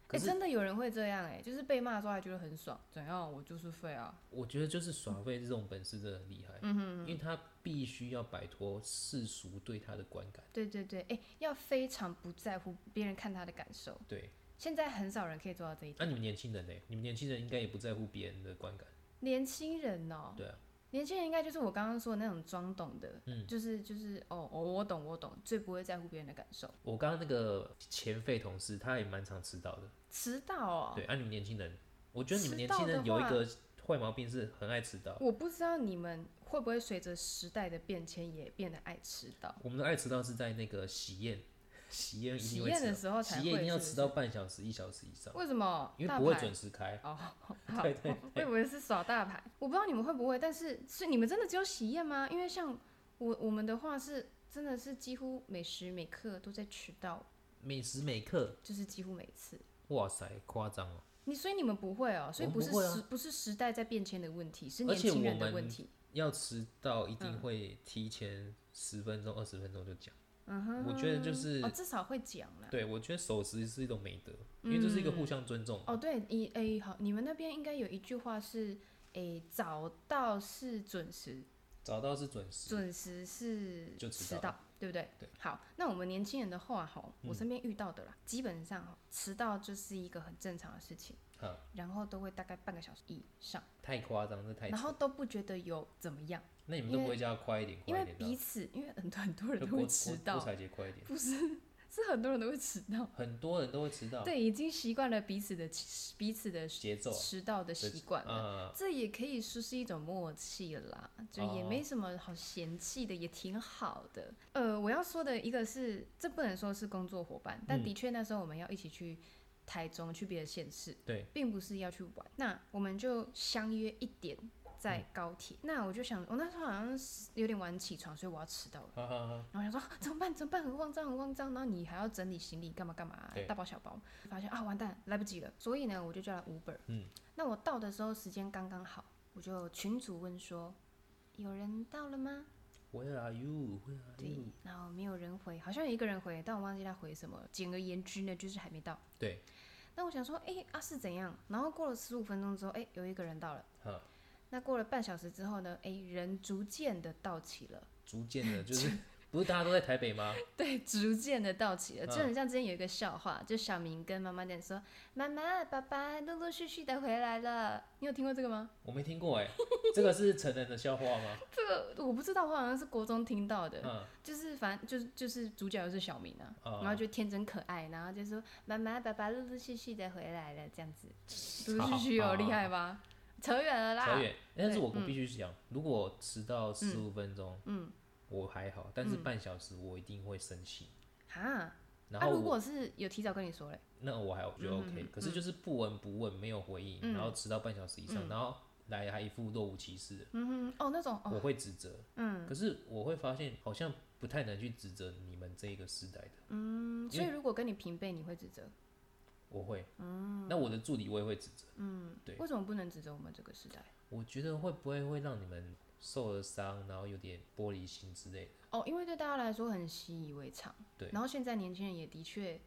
[SPEAKER 1] 可
[SPEAKER 2] 哎，
[SPEAKER 1] 是
[SPEAKER 2] 真的有人会这样哎，就是被骂的时候还觉得很爽，怎样，我就是废啊，
[SPEAKER 1] 我觉得就是耍废这种本事真的很厉害，
[SPEAKER 2] 嗯
[SPEAKER 1] 因为他必须要摆脱世俗对他的观感，
[SPEAKER 2] 对对对，哎，要非常不在乎别人看他的感受，
[SPEAKER 1] 对。
[SPEAKER 2] 现在很少人可以做到这一点，
[SPEAKER 1] 那、你们年轻人呢？你们年轻人应该也不在乎别人的观感，
[SPEAKER 2] 年轻人哦，
[SPEAKER 1] 对啊，
[SPEAKER 2] 年轻人应该就是我刚刚说的那种装懂的，
[SPEAKER 1] 嗯
[SPEAKER 2] 就是就是哦哦，我懂我懂，最不会在乎别人的感受。
[SPEAKER 1] 我刚刚那个前废同事，他也蛮常迟到的，
[SPEAKER 2] 迟到哦，
[SPEAKER 1] 对。啊，你们年轻人，我觉得你们
[SPEAKER 2] 迟
[SPEAKER 1] 年
[SPEAKER 2] 到
[SPEAKER 1] 轻人
[SPEAKER 2] 的
[SPEAKER 1] 有一
[SPEAKER 2] 话
[SPEAKER 1] 个坏毛病是很爱迟到。
[SPEAKER 2] 我不知道你们会不会随着时代的变迁也变得爱迟到。
[SPEAKER 1] 我们的爱迟到是在那个喜宴，喜宴一
[SPEAKER 2] 喜
[SPEAKER 1] 定会
[SPEAKER 2] 宴的
[SPEAKER 1] 迟
[SPEAKER 2] 时候
[SPEAKER 1] 到，
[SPEAKER 2] 才
[SPEAKER 1] 喜
[SPEAKER 2] 会，
[SPEAKER 1] 宴一定要
[SPEAKER 2] 是不
[SPEAKER 1] 迟到半小时、一小时以上
[SPEAKER 2] 是，为什么？
[SPEAKER 1] 因为
[SPEAKER 2] 大
[SPEAKER 1] 不会
[SPEAKER 2] 牌
[SPEAKER 1] 准时开。
[SPEAKER 2] 哦，好，
[SPEAKER 1] 对对
[SPEAKER 2] 我以为是耍大牌，我不知道你们会不会，但是是你们真的只有喜宴吗？因为像我我们的话是真的是几乎每时每刻都在迟到，
[SPEAKER 1] 每时每刻，
[SPEAKER 2] 就是几乎每次。
[SPEAKER 1] 哇塞，夸张哦！
[SPEAKER 2] 你所以你们不会哦，所以
[SPEAKER 1] 我
[SPEAKER 2] 不
[SPEAKER 1] 们
[SPEAKER 2] 是
[SPEAKER 1] 不会啊
[SPEAKER 2] 时不是时代在变迁的问题，是
[SPEAKER 1] 而
[SPEAKER 2] 年
[SPEAKER 1] 且
[SPEAKER 2] 轻
[SPEAKER 1] 我
[SPEAKER 2] 人的
[SPEAKER 1] 们
[SPEAKER 2] 问题。
[SPEAKER 1] 要迟到一定会提前十分钟、二十分钟就讲。
[SPEAKER 2] 嗯哼，
[SPEAKER 1] 我觉得就是
[SPEAKER 2] 哦，至少会讲啦。
[SPEAKER 1] 对，我觉得守时是一种美德，
[SPEAKER 2] 嗯
[SPEAKER 1] 因为这是一个互相尊重。
[SPEAKER 2] 哦，对，你诶、好，你们那边应该有一句话是诶、早到是准时，
[SPEAKER 1] 早到是准时，
[SPEAKER 2] 准时是
[SPEAKER 1] 就迟
[SPEAKER 2] 迟
[SPEAKER 1] 到
[SPEAKER 2] 到，对不对？
[SPEAKER 1] 对。嗯
[SPEAKER 2] 好，那我们年轻人的话吼，我身边遇到的啦，基本上吼迟到就是一个很正常的事情，
[SPEAKER 1] 哈，
[SPEAKER 2] 然后都会大概半个小时以上，
[SPEAKER 1] 太夸张，这太
[SPEAKER 2] 然后
[SPEAKER 1] 扯。
[SPEAKER 2] 都不觉得有怎么样，
[SPEAKER 1] 那你们
[SPEAKER 2] 因
[SPEAKER 1] 都不
[SPEAKER 2] 为
[SPEAKER 1] 会叫他快一点，
[SPEAKER 2] 因
[SPEAKER 1] 快一
[SPEAKER 2] 为
[SPEAKER 1] 点
[SPEAKER 2] 彼
[SPEAKER 1] 的，
[SPEAKER 2] 此，因为很多很多
[SPEAKER 1] 就
[SPEAKER 2] 人都
[SPEAKER 1] 国
[SPEAKER 2] 会
[SPEAKER 1] 国
[SPEAKER 2] 迟
[SPEAKER 1] 国
[SPEAKER 2] 到，
[SPEAKER 1] 彩节快一点，
[SPEAKER 2] 不是，是很多人都会迟到。
[SPEAKER 1] 很多人都会迟到，
[SPEAKER 2] 对，已经习惯了彼此的迟彼此的
[SPEAKER 1] 嗯节奏
[SPEAKER 2] 迟到的习惯了。
[SPEAKER 1] 啊，
[SPEAKER 2] 这也可以说是一种默契啦，就也没什么好嫌弃的，也挺好的。
[SPEAKER 1] 哦
[SPEAKER 2] 呃，我要说的一个是，这不能说是工作伙伴，但
[SPEAKER 1] 嗯
[SPEAKER 2] 的确那时候我们要一起去台中，去别的县市，
[SPEAKER 1] 对，
[SPEAKER 2] 并不是要去玩。那我们就相约一点在高铁。
[SPEAKER 1] 嗯
[SPEAKER 2] 那我就想，我那时候好像是有点晚起床，所以我要迟到了。
[SPEAKER 1] 哈哈哈，
[SPEAKER 2] 然后想说啊怎么办？怎么办？很慌张，很慌张。然后你还要整理行李，干嘛干嘛、
[SPEAKER 1] 对
[SPEAKER 2] 大包小包，发现啊，完蛋，来不及了。所以呢，我就叫了 Uber。
[SPEAKER 1] 嗯，
[SPEAKER 2] 那我到的时候时间刚刚好，我就群主问说，有人到了吗？
[SPEAKER 1] Where are you? Where are
[SPEAKER 2] 对
[SPEAKER 1] you？，
[SPEAKER 2] 然后没有人回，好像有一个人回，但我忘记他回什么了。简而言之呢，就是还没到。
[SPEAKER 1] 对，
[SPEAKER 2] 那我想说，哎、啊是怎样？然后过了十五分钟之后，哎、有一个人到了。
[SPEAKER 1] 哈，
[SPEAKER 2] 那过了半小时之后呢，哎、人逐渐的到齐了。
[SPEAKER 1] 逐渐的，就是不是大家都在台北吗？
[SPEAKER 2] 对，逐渐的到齐了，就
[SPEAKER 1] 嗯
[SPEAKER 2] 很像之前有一个笑话，就小明跟妈妈讲说：“妈妈、爸爸陆陆续续的回来了。”你有听过这个吗？
[SPEAKER 1] 我没听过哎，这个是成人的笑话吗？
[SPEAKER 2] 这个我不知道，我好像是国中听到的，
[SPEAKER 1] 嗯，
[SPEAKER 2] 就是反正就是就是主角就是小明啊，
[SPEAKER 1] 哦
[SPEAKER 2] 然后就天真可爱，然后就说：“妈妈、爸爸陆陆续续的回来了。”这样子，陆陆续续
[SPEAKER 1] 好
[SPEAKER 2] 有厉害吧？扯远了啦，
[SPEAKER 1] 小远，但是
[SPEAKER 2] 对
[SPEAKER 1] 我我必须讲，如果迟到十五分钟，
[SPEAKER 2] 嗯，
[SPEAKER 1] 我还好，但是
[SPEAKER 2] 嗯
[SPEAKER 1] 半小时我一定会生气。
[SPEAKER 2] 哈，
[SPEAKER 1] 然
[SPEAKER 2] 啊，
[SPEAKER 1] 后
[SPEAKER 2] 如
[SPEAKER 1] 我、
[SPEAKER 2] 果嗯是有提早跟你说嘞，
[SPEAKER 1] 那我还我觉得 OK，、可是就是不闻不问，没有回应，
[SPEAKER 2] 嗯
[SPEAKER 1] 然后迟到半小时以上，然后来还一副若无其事，
[SPEAKER 2] 嗯哼，哦，那种哦，
[SPEAKER 1] 我会指责。
[SPEAKER 2] 嗯
[SPEAKER 1] 可是我会发现好像不太能去指责你们这个时代的，
[SPEAKER 2] 嗯，所以如果跟你平辈，你会指责。
[SPEAKER 1] 我会。
[SPEAKER 2] 嗯
[SPEAKER 1] 那我的助理我也会指责。对
[SPEAKER 2] 为什么不能指责我们这个时代？
[SPEAKER 1] 我觉得会不会会让你们受了伤，然后有点玻璃心之类的，
[SPEAKER 2] 哦，因为对大家来说很习以为常。
[SPEAKER 1] 对
[SPEAKER 2] 然后现在年轻人也的确，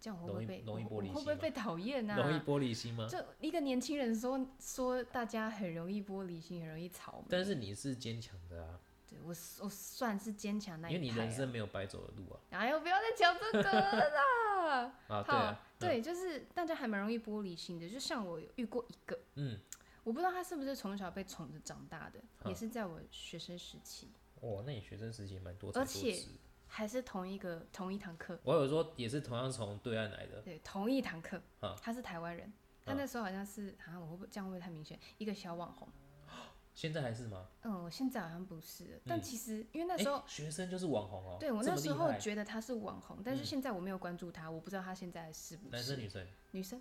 [SPEAKER 2] 这样我会
[SPEAKER 1] 容易
[SPEAKER 2] 不会被
[SPEAKER 1] 容易
[SPEAKER 2] 我
[SPEAKER 1] 玻璃
[SPEAKER 2] 我会不会
[SPEAKER 1] 心吗
[SPEAKER 2] 被讨厌啊呐？
[SPEAKER 1] 容易玻璃心吗？
[SPEAKER 2] 就一个年轻人说说大家很容易玻璃心，很容易草莓。
[SPEAKER 1] 但是你是坚强的啊，
[SPEAKER 2] 对我是我算是坚强那
[SPEAKER 1] 因为
[SPEAKER 2] 一
[SPEAKER 1] 你
[SPEAKER 2] 派、
[SPEAKER 1] 人
[SPEAKER 2] 啊。
[SPEAKER 1] 生没有白走的路啊。
[SPEAKER 2] 哎呦，不要再讲这个 了啦！
[SPEAKER 1] 啊，对
[SPEAKER 2] 好
[SPEAKER 1] 啊，，嗯
[SPEAKER 2] 对，就是大家还蛮容易玻璃心的。就像我有遇过一个，
[SPEAKER 1] 嗯，
[SPEAKER 2] 我不知道他是不是从小被宠着长大的，
[SPEAKER 1] 嗯
[SPEAKER 2] 也是在我学生时期，
[SPEAKER 1] 哇，那你学生时期也蛮多才
[SPEAKER 2] 而
[SPEAKER 1] 多
[SPEAKER 2] 且
[SPEAKER 1] 姿。
[SPEAKER 2] 还是同一个同一堂课。
[SPEAKER 1] 我有说也是同样从对岸来的，
[SPEAKER 2] 对，同一堂课
[SPEAKER 1] 啊，
[SPEAKER 2] 他是台湾人，他
[SPEAKER 1] 啊
[SPEAKER 2] 那时候好像是好像我会不会这样会不会太明显？一个小网红，
[SPEAKER 1] 现在还是吗？
[SPEAKER 2] 嗯，我现在好像不是了，但
[SPEAKER 1] 嗯
[SPEAKER 2] 其实因为那
[SPEAKER 1] 诶
[SPEAKER 2] 时候。
[SPEAKER 1] 学生就是网红哦、
[SPEAKER 2] 对我
[SPEAKER 1] 这
[SPEAKER 2] 那
[SPEAKER 1] 么
[SPEAKER 2] 时
[SPEAKER 1] 厉
[SPEAKER 2] 候
[SPEAKER 1] 害
[SPEAKER 2] 觉得他是网红，但是
[SPEAKER 1] 嗯
[SPEAKER 2] 现在我没有关注他，我不知道他现在是不
[SPEAKER 1] 男生
[SPEAKER 2] 是
[SPEAKER 1] 女生，
[SPEAKER 2] 女生。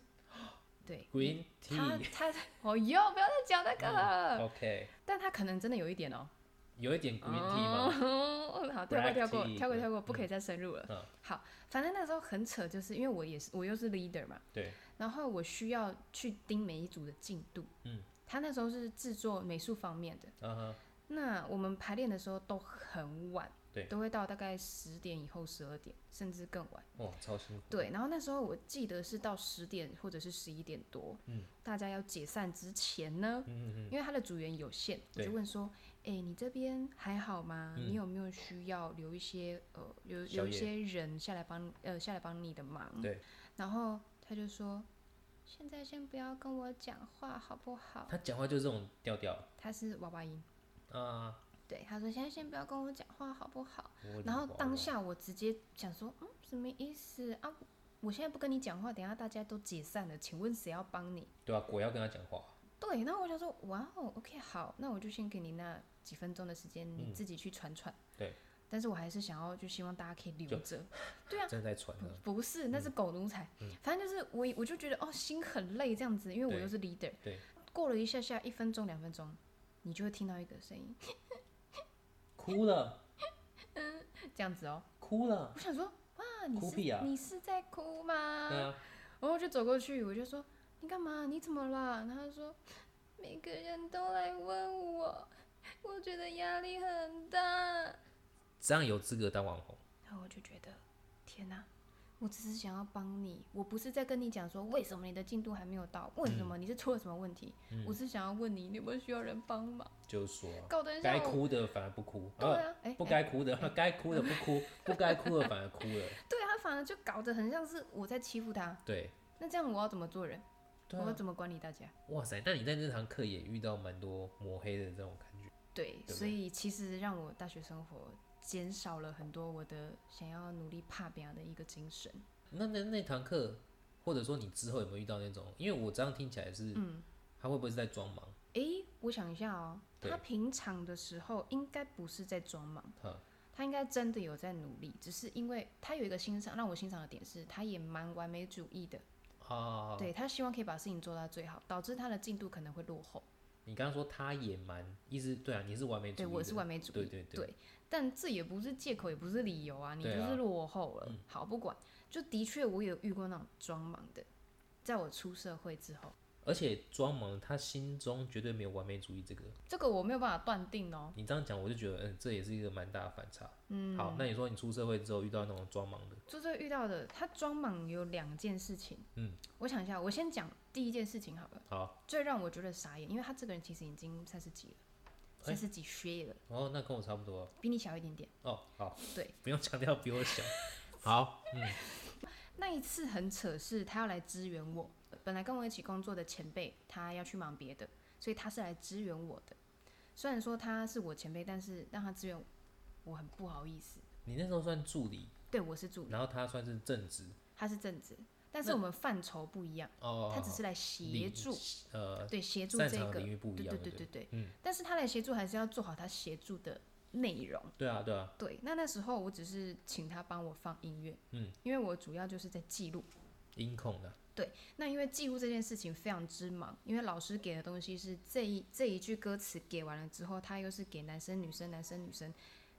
[SPEAKER 2] 对
[SPEAKER 1] Green
[SPEAKER 2] 他
[SPEAKER 1] tea，
[SPEAKER 2] 他哦哟，不要再讲那
[SPEAKER 1] 嗯
[SPEAKER 2] 个了。
[SPEAKER 1] OK，
[SPEAKER 2] 但他可能真的有一点哦。
[SPEAKER 1] 有一点 Green tea 吗？
[SPEAKER 2] 哦， 好，跳过
[SPEAKER 1] Black
[SPEAKER 2] 跳过
[SPEAKER 1] tea，
[SPEAKER 2] 跳过
[SPEAKER 1] 嗯
[SPEAKER 2] 跳过，不可以再深入了。
[SPEAKER 1] 嗯
[SPEAKER 2] 好，反正那时候很扯，就是因为我也是我又是 leader 嘛，
[SPEAKER 1] 对，
[SPEAKER 2] 然后我需要去盯每一组的进度。
[SPEAKER 1] 嗯，
[SPEAKER 2] 他那时候是制作美术方面的，
[SPEAKER 1] 啊哈，
[SPEAKER 2] 那我们排练的时候都很晚，
[SPEAKER 1] 对
[SPEAKER 2] 都会到大概十点以后、十二点，甚至更晚。
[SPEAKER 1] 哇，超辛苦。
[SPEAKER 2] 对，然后那时候我记得是到十点或者是十一点多，
[SPEAKER 1] 嗯，
[SPEAKER 2] 大家要解散之前呢，
[SPEAKER 1] 嗯嗯
[SPEAKER 2] 因为他的组员有限，我就
[SPEAKER 1] 对
[SPEAKER 2] 问说，哎、你这边还好吗？
[SPEAKER 1] 嗯
[SPEAKER 2] 你有没有需要留一些呃留
[SPEAKER 1] 宵
[SPEAKER 2] 留一
[SPEAKER 1] 夜
[SPEAKER 2] 些人下来帮呃下来帮你的忙？
[SPEAKER 1] 对，
[SPEAKER 2] 然后他就说，现在先不要跟我讲话好不好
[SPEAKER 1] 嗯，？他讲话就这种调调
[SPEAKER 2] 他是娃娃音，
[SPEAKER 1] 啊。
[SPEAKER 2] 对，他说现在先不要跟我讲话好不好？
[SPEAKER 1] 我
[SPEAKER 2] 然后
[SPEAKER 1] 理解
[SPEAKER 2] 当下我直接想说，嗯，什么意思啊？我现在不跟你讲话，等一下大家都解散了，请问谁要帮你？
[SPEAKER 1] 对啊，果要跟他讲话，
[SPEAKER 2] 对，然后我想说，哇哦，OK，好，那我就先给你那几分钟的时间，你自己去传传。
[SPEAKER 1] 嗯对。
[SPEAKER 2] 但是我还是想要，就希望大家可以留
[SPEAKER 1] 就嗯
[SPEAKER 2] 着。对啊，
[SPEAKER 1] 正在传呢。
[SPEAKER 2] 不是，那是狗奴才。反正就是我，我就觉得哦，心很累这样子，因为我
[SPEAKER 1] 嗯对
[SPEAKER 2] 又是 leader。
[SPEAKER 1] 对。
[SPEAKER 2] 过了一下下，一分钟、两分钟，你就会听到一个声音，
[SPEAKER 1] 哭了，
[SPEAKER 2] 这样子哦。
[SPEAKER 1] 哭了。
[SPEAKER 2] 我想说，哇，你
[SPEAKER 1] 啊哭
[SPEAKER 2] 是、
[SPEAKER 1] 屁啊
[SPEAKER 2] 你是在哭吗？
[SPEAKER 1] 对啊，
[SPEAKER 2] 然后我就走过去，我就说：“你干嘛？你怎么啦？”然后他说：“每个人都来问我，我觉得压力很大。”
[SPEAKER 1] 这样有资格当网红。
[SPEAKER 2] 然后我就觉得，天哪！我只是想要帮你，我不是在跟你讲说为什么你的进度还没有到，为什
[SPEAKER 1] 嗯
[SPEAKER 2] 么你是出了什么问题，我是想要问你你有没有需要人帮忙，
[SPEAKER 1] 就是说啊，
[SPEAKER 2] 搞得很像
[SPEAKER 1] 该
[SPEAKER 2] 我
[SPEAKER 1] 哭的反而不哭，
[SPEAKER 2] 对啊，哎、
[SPEAKER 1] 不
[SPEAKER 2] 哎
[SPEAKER 1] 该哭的 该哭的不哭，不该哭的反而哭了。
[SPEAKER 2] 对啊他反而就搞得很像是我在欺负他，
[SPEAKER 1] 对，
[SPEAKER 2] 那这样我要怎么做人？
[SPEAKER 1] 对
[SPEAKER 2] 我要
[SPEAKER 1] 啊，
[SPEAKER 2] 怎么管理大家？
[SPEAKER 1] 哇塞！那你在那堂课也遇到蛮多抹黑的这种感觉，
[SPEAKER 2] 对，
[SPEAKER 1] 对不
[SPEAKER 2] 所以其实让我大学生活减少了很多我的想要努力怕别人的一个精神。
[SPEAKER 1] 那那那堂课，或者说你之后有没有遇到那种？因为我这样听起来是，
[SPEAKER 2] 嗯
[SPEAKER 1] 他会不会是在装忙？
[SPEAKER 2] 诶，我想一下哦，
[SPEAKER 1] 对
[SPEAKER 2] 他平常的时候应该不是在装忙，
[SPEAKER 1] 哈，
[SPEAKER 2] 他应该真的有在努力，只是因为他有一个欣赏，让我欣赏的点是，他也蛮完美主义的，
[SPEAKER 1] 啊，
[SPEAKER 2] 对他希望可以把事情做到最好，导致他的进度可能会落后。
[SPEAKER 1] 你刚刚说他也蛮，意思对啊，你是完美主义
[SPEAKER 2] 对，
[SPEAKER 1] 的，
[SPEAKER 2] 我是完美主义，
[SPEAKER 1] 对对对
[SPEAKER 2] 对，但这也不是借口，也不是理由啊，你就
[SPEAKER 1] 对啊
[SPEAKER 2] 是落后了。好，不管，就的确我有遇过那种装忙的，在我出社会之后，
[SPEAKER 1] 而且装忙，他心中绝对没有完美主义这个。
[SPEAKER 2] 这个我没有办法断定哦。
[SPEAKER 1] 你这样讲，我就觉得，嗯，这也是一个蛮大的反差。嗯，好，那你说你出社会之后遇到那种装忙的，
[SPEAKER 2] 就是遇到的，他装忙有两件事情，
[SPEAKER 1] 嗯，
[SPEAKER 2] 我想一下，我先讲第一件事情好了，
[SPEAKER 1] 好，
[SPEAKER 2] 最让我觉得傻眼，因为他这个人其实已经三十几了，
[SPEAKER 1] 哎
[SPEAKER 2] 三十几岁了，
[SPEAKER 1] 哦，那跟我差不多
[SPEAKER 2] 比你小一点点。
[SPEAKER 1] 哦，好，
[SPEAKER 2] 对，
[SPEAKER 1] 不用强调比我 小，好，
[SPEAKER 2] 那一次很扯，是他要来支援我。本来跟我一起工作的前辈，他要去忙别的，所以他是来支援我的。虽然说他是我前辈，但是让他支援我，我很不好意思。
[SPEAKER 1] 你那时候算助理，
[SPEAKER 2] 对我是助理，
[SPEAKER 1] 然后他算是正职，
[SPEAKER 2] 他是正职，但是
[SPEAKER 1] 那
[SPEAKER 2] 我们范畴不一样，
[SPEAKER 1] 哦，
[SPEAKER 2] 他只是来
[SPEAKER 1] 领
[SPEAKER 2] 协助，
[SPEAKER 1] 呃，
[SPEAKER 2] 对协助
[SPEAKER 1] 擅
[SPEAKER 2] 这
[SPEAKER 1] 长的
[SPEAKER 2] 个，
[SPEAKER 1] 领域不一
[SPEAKER 2] 对
[SPEAKER 1] 样，
[SPEAKER 2] 对对
[SPEAKER 1] 不
[SPEAKER 2] 对对。
[SPEAKER 1] 嗯
[SPEAKER 2] 但是他来协助还是要做好他协助的内容。
[SPEAKER 1] 对啊，对啊，
[SPEAKER 2] 对，那那时候我只是请他帮我放音乐，
[SPEAKER 1] 嗯，
[SPEAKER 2] 因为我主要就是在记录。
[SPEAKER 1] 音控的，
[SPEAKER 2] 那因为记录这件事情非常之忙，因为老师给的东西是这一这一句歌词给完了之后，他又是给男生女生男生女生，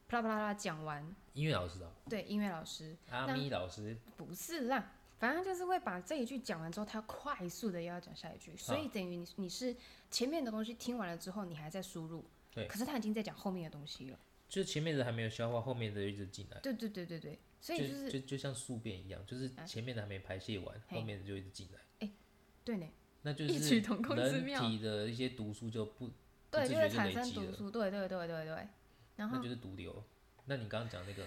[SPEAKER 2] 啪啦啪啦啪啦讲完。
[SPEAKER 1] 音乐老师啊，
[SPEAKER 2] 对，音乐老师
[SPEAKER 1] 阿咪老师，
[SPEAKER 2] 不是啦，反正就是会把这一句讲完之后，他快速的又要讲下一句，所
[SPEAKER 1] 啊
[SPEAKER 2] 以等于你你是前面的东西听完了之后，你还在输入，
[SPEAKER 1] 对
[SPEAKER 2] 可是他已经在讲后面的东西了。
[SPEAKER 1] 就是前面的还没有消化，后面的一直进来。
[SPEAKER 2] 对对对对对，所以就是嗯
[SPEAKER 1] 就就就像宿便一样，就是前面的还没排泄完，
[SPEAKER 2] 嘿
[SPEAKER 1] 后面的就一直进来，
[SPEAKER 2] 对呢，
[SPEAKER 1] 那就
[SPEAKER 2] 异曲
[SPEAKER 1] 是
[SPEAKER 2] 同工之
[SPEAKER 1] 人
[SPEAKER 2] 妙
[SPEAKER 1] 体的一些毒素就不，
[SPEAKER 2] 对，
[SPEAKER 1] 自
[SPEAKER 2] 就
[SPEAKER 1] 觉
[SPEAKER 2] 会
[SPEAKER 1] 就
[SPEAKER 2] 产
[SPEAKER 1] 累
[SPEAKER 2] 生
[SPEAKER 1] 积
[SPEAKER 2] 毒
[SPEAKER 1] 了
[SPEAKER 2] 素，对对对对对。然
[SPEAKER 1] 那
[SPEAKER 2] 后
[SPEAKER 1] 就是毒瘤。那你刚刚讲那个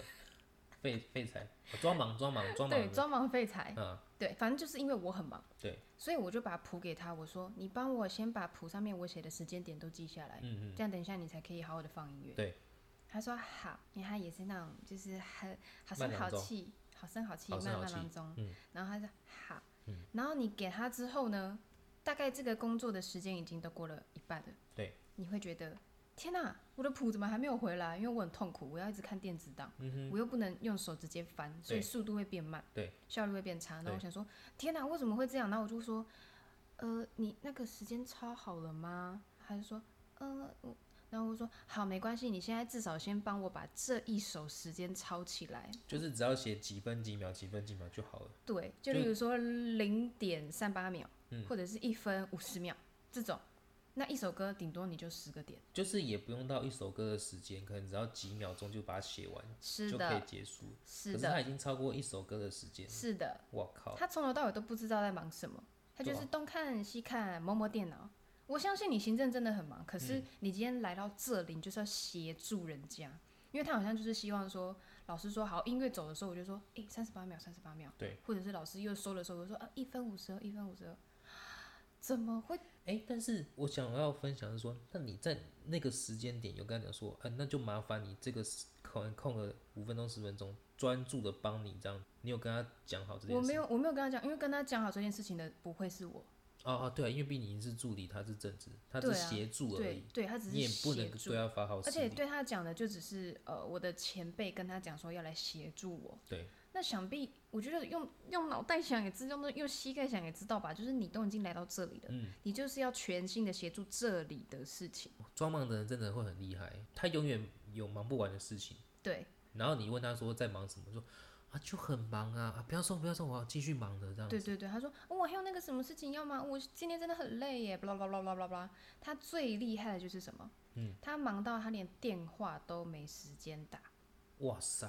[SPEAKER 1] 废废材，哦装忙装忙装
[SPEAKER 2] 对
[SPEAKER 1] 忙，
[SPEAKER 2] 装忙废材，
[SPEAKER 1] 嗯，
[SPEAKER 2] 对，反正就是因为我很忙，
[SPEAKER 1] 对，
[SPEAKER 2] 所以我就把谱给他，我说你帮我先把谱上面我写的时间点都记下来，
[SPEAKER 1] 嗯嗯，
[SPEAKER 2] 这样等一下你才可以好好的放音乐。
[SPEAKER 1] 对，
[SPEAKER 2] 他说好，因为他也是那种就是很好
[SPEAKER 1] 慢
[SPEAKER 2] 声好
[SPEAKER 1] 郎中
[SPEAKER 2] 气，好声好气，
[SPEAKER 1] 好
[SPEAKER 2] 慢
[SPEAKER 1] 声好
[SPEAKER 2] 慢
[SPEAKER 1] 气
[SPEAKER 2] 郎中，
[SPEAKER 1] 嗯
[SPEAKER 2] 然后他说好，然后你给他之后呢，大概这个工作的时间已经都过了一半了，
[SPEAKER 1] 对，
[SPEAKER 2] 你会觉得。天呐、我的谱怎么还没有回来？因为我很痛苦，我要一直看电子档，我又不能用手直接翻，所以
[SPEAKER 1] 嗯对
[SPEAKER 2] 速度会变慢，
[SPEAKER 1] 对，
[SPEAKER 2] 效率会变差。然后我
[SPEAKER 1] 对
[SPEAKER 2] 想说，天哪、为什么会这样？然后我就说，呃，你那个时间抄好了吗？他就说，呃，我，然后我说好，没关系，你现在至少先帮我把这一首时间抄起来。
[SPEAKER 1] 就是只要写几分几秒、几分几秒就嗯好了。
[SPEAKER 2] 对，就例如说零点三八秒，或者是一分五十秒这种，那一首歌顶多你就十个点。
[SPEAKER 1] 就是也不用到一首歌的时间，可能只要几秒钟就把它写完，
[SPEAKER 2] 是
[SPEAKER 1] 就可以
[SPEAKER 2] 的，
[SPEAKER 1] 结束。可
[SPEAKER 2] 是
[SPEAKER 1] 是他
[SPEAKER 2] 的，
[SPEAKER 1] 已经超过一首歌的时间，
[SPEAKER 2] 是的。
[SPEAKER 1] 我靠！
[SPEAKER 2] 他从头到尾都不知道在忙什么，他就
[SPEAKER 1] 哦对啊
[SPEAKER 2] 是东看西看，摸摸电脑。我相信你行政真的很
[SPEAKER 1] 嗯
[SPEAKER 2] 忙，可是你今天来到这里，你就是要协助人家，因为他好像就是希望说，老师说好音乐走的时候，我就说，诶三十八秒，三十八秒，
[SPEAKER 1] 对，
[SPEAKER 2] 或者是老师又收的时候，我就说，啊，一分五十二，一分五十二，怎么会？
[SPEAKER 1] 哎、但是我想要分享的是说，那你在那个时间点有跟他讲说，嗯、那就麻烦你这个时可能空了五分钟十分钟，专注的帮你这样，你有跟他讲哦好这件事？
[SPEAKER 2] 我没有，我没有跟他讲，因为跟他讲好这件事情的不会是我，
[SPEAKER 1] 哦哦，对、啊，因为毕竟你是助理，他是正职，他是
[SPEAKER 2] 对啊
[SPEAKER 1] 协助而
[SPEAKER 2] 对
[SPEAKER 1] 已，
[SPEAKER 2] 对，他只
[SPEAKER 1] 你也
[SPEAKER 2] 是
[SPEAKER 1] 不
[SPEAKER 2] 协
[SPEAKER 1] 能
[SPEAKER 2] 助
[SPEAKER 1] 对，他发号施
[SPEAKER 2] 而且
[SPEAKER 1] 令。
[SPEAKER 2] 对他讲的就只是呃，我的前辈跟他讲说要来协助我，
[SPEAKER 1] 对，
[SPEAKER 2] 那想必我觉得用用脑袋想也知道，用用膝盖想也知道吧，就是你都已经来到这里了，
[SPEAKER 1] 嗯
[SPEAKER 2] 你就是要全心的协助这里的事情，
[SPEAKER 1] 装忙的人真的会很厉害，他永远有忙不完的事情。
[SPEAKER 2] 对
[SPEAKER 1] 然后你问他说在忙什么，说啊就很忙啊，啊不要说不要说，我要继续忙的这样
[SPEAKER 2] 对
[SPEAKER 1] 子。
[SPEAKER 2] 对对，他说、哦我还有那个什么事情要吗？我今天真的很累耶，巴拉巴拉巴拉巴拉。他最厉害的就是什么？
[SPEAKER 1] 嗯，
[SPEAKER 2] 他忙到他连电话都没时间打。
[SPEAKER 1] 哇塞，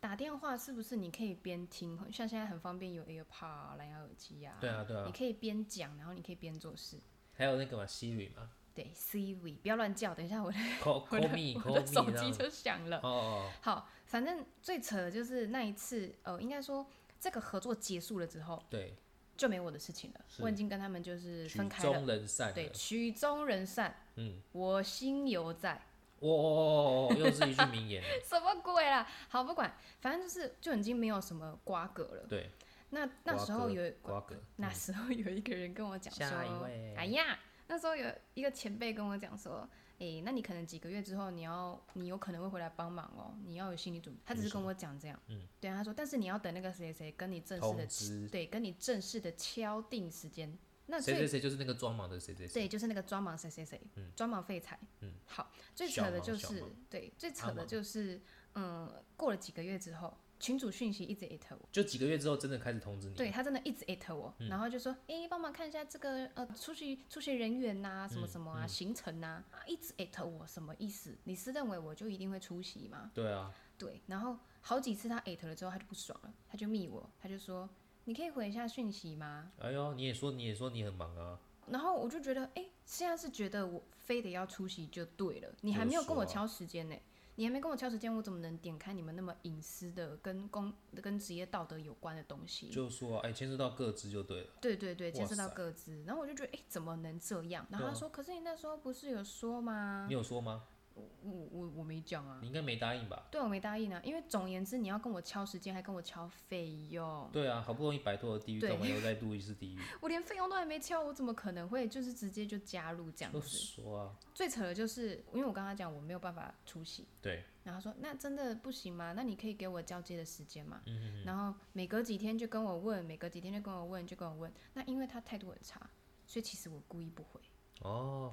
[SPEAKER 2] 打电话是不是你可以边听？像现在很方便有 AirPod 啊、蓝牙耳机呀、
[SPEAKER 1] 对啊对啊
[SPEAKER 2] 你，可以边讲，然后你可以边做事。
[SPEAKER 1] 还有那个嘛 Siri 嘛
[SPEAKER 2] 对，Siri，不要乱叫，等一下我的
[SPEAKER 1] ，Call
[SPEAKER 2] 我
[SPEAKER 1] Call
[SPEAKER 2] 的
[SPEAKER 1] me
[SPEAKER 2] 我
[SPEAKER 1] Call
[SPEAKER 2] 的手
[SPEAKER 1] me 这
[SPEAKER 2] 机
[SPEAKER 1] 样子。
[SPEAKER 2] 就响了
[SPEAKER 1] 哦。哦，
[SPEAKER 2] 好，反正最扯的就是那一次，呃，应该说这个合作结束了之后
[SPEAKER 1] 哦对，
[SPEAKER 2] 就没我的事情了，
[SPEAKER 1] 是
[SPEAKER 2] 我已经跟他们就是
[SPEAKER 1] 曲
[SPEAKER 2] 分开了。
[SPEAKER 1] 终人散了。
[SPEAKER 2] 对，曲终人散，
[SPEAKER 1] 嗯，
[SPEAKER 2] 我心犹在，
[SPEAKER 1] 哇哦哦哦哦，又是一句名言了。
[SPEAKER 2] 什么鬼啦？好，不管，反正就是就已经没有什么瓜葛了。
[SPEAKER 1] 对，
[SPEAKER 2] 那那时
[SPEAKER 1] 瓜
[SPEAKER 2] 候
[SPEAKER 1] 葛
[SPEAKER 2] 有
[SPEAKER 1] 瓜葛。
[SPEAKER 2] 那时候有一个人跟我讲说，
[SPEAKER 1] 嗯下一位
[SPEAKER 2] 哎呀，那时候有一个前辈跟我讲说，诶，那你可能几个月之后，你要你有可能会回来帮忙哦，你要有心理准备。他只是跟我讲这样，
[SPEAKER 1] 嗯，
[SPEAKER 2] 对啊，他说，但是你要等那个谁谁谁跟你正式
[SPEAKER 1] 通
[SPEAKER 2] 的，
[SPEAKER 1] 知
[SPEAKER 2] 对，跟你正式的敲定时间。那
[SPEAKER 1] 谁谁
[SPEAKER 2] 最
[SPEAKER 1] 谁就是那个装忙的谁谁谁。
[SPEAKER 2] 对，就是那个装忙谁谁谁
[SPEAKER 1] 嗯，
[SPEAKER 2] 装忙废材。
[SPEAKER 1] 嗯，
[SPEAKER 2] 好，最
[SPEAKER 1] 小
[SPEAKER 2] 扯的
[SPEAKER 1] 忙
[SPEAKER 2] 就
[SPEAKER 1] 小
[SPEAKER 2] 是
[SPEAKER 1] 忙
[SPEAKER 2] 对，最
[SPEAKER 1] 阿
[SPEAKER 2] 扯的
[SPEAKER 1] 忙
[SPEAKER 2] 就是，嗯，过了几个月之后，群主讯息一直 at 我。
[SPEAKER 1] 就几个月之后真的开始通知你。嗯
[SPEAKER 2] 对他真的一直 at 我，然后就说：“诶，帮忙看一下这个呃出去出去人员呐、什么什么
[SPEAKER 1] 嗯
[SPEAKER 2] 啊，行程呐、啊，一直 at 我，什么意思？你是认为我就一定会出席吗？
[SPEAKER 1] 对啊，
[SPEAKER 2] 对，然后好几次他 at 了之后，他就不爽了，他就密我，他就说：你可以回一下讯息吗？
[SPEAKER 1] 哎呦，你也说你也说你很忙啊，
[SPEAKER 2] 然后我就觉得，诶，现在是觉得我非得要出席就对了，你
[SPEAKER 1] 就
[SPEAKER 2] 还没有跟我
[SPEAKER 1] 说啊
[SPEAKER 2] 敲时间呢、你还没跟我敲时间，我怎么能点开你们那么隐私的、跟公、跟职业道德有关的东西？
[SPEAKER 1] 就说哎牵涉到各自就对了。
[SPEAKER 2] 对对对，牵
[SPEAKER 1] 哇
[SPEAKER 2] 涉到
[SPEAKER 1] 塞
[SPEAKER 2] 各自，然后我就觉得，哎、怎么能这样？然后
[SPEAKER 1] 对
[SPEAKER 2] 他
[SPEAKER 1] 啊
[SPEAKER 2] 说，可是你那时候不是有说吗
[SPEAKER 1] 你？有说吗？
[SPEAKER 2] 我我我没讲啊，
[SPEAKER 1] 你应该没答应吧？
[SPEAKER 2] 对我没答应啊，因为总而言之，你要跟我敲时间，还跟我敲费用，
[SPEAKER 1] 对啊，好不容易摆脱了地狱，
[SPEAKER 2] 对
[SPEAKER 1] 干嘛又再度一次地狱？
[SPEAKER 2] 我连费用都还没敲，我怎么可能会就是直接就加入这样
[SPEAKER 1] 就
[SPEAKER 2] 子？
[SPEAKER 1] 说啊，
[SPEAKER 2] 最扯的就是，因为我跟他讲我没有办法出席，
[SPEAKER 1] 对，
[SPEAKER 2] 然后他说那真的不行吗？那你可以给我交接的时间吗？
[SPEAKER 1] 嗯
[SPEAKER 2] 然后每隔几天就跟我问，每隔几天就跟我问，就跟我问。那因为他态度很差，所以其实我故意不回。
[SPEAKER 1] 哦，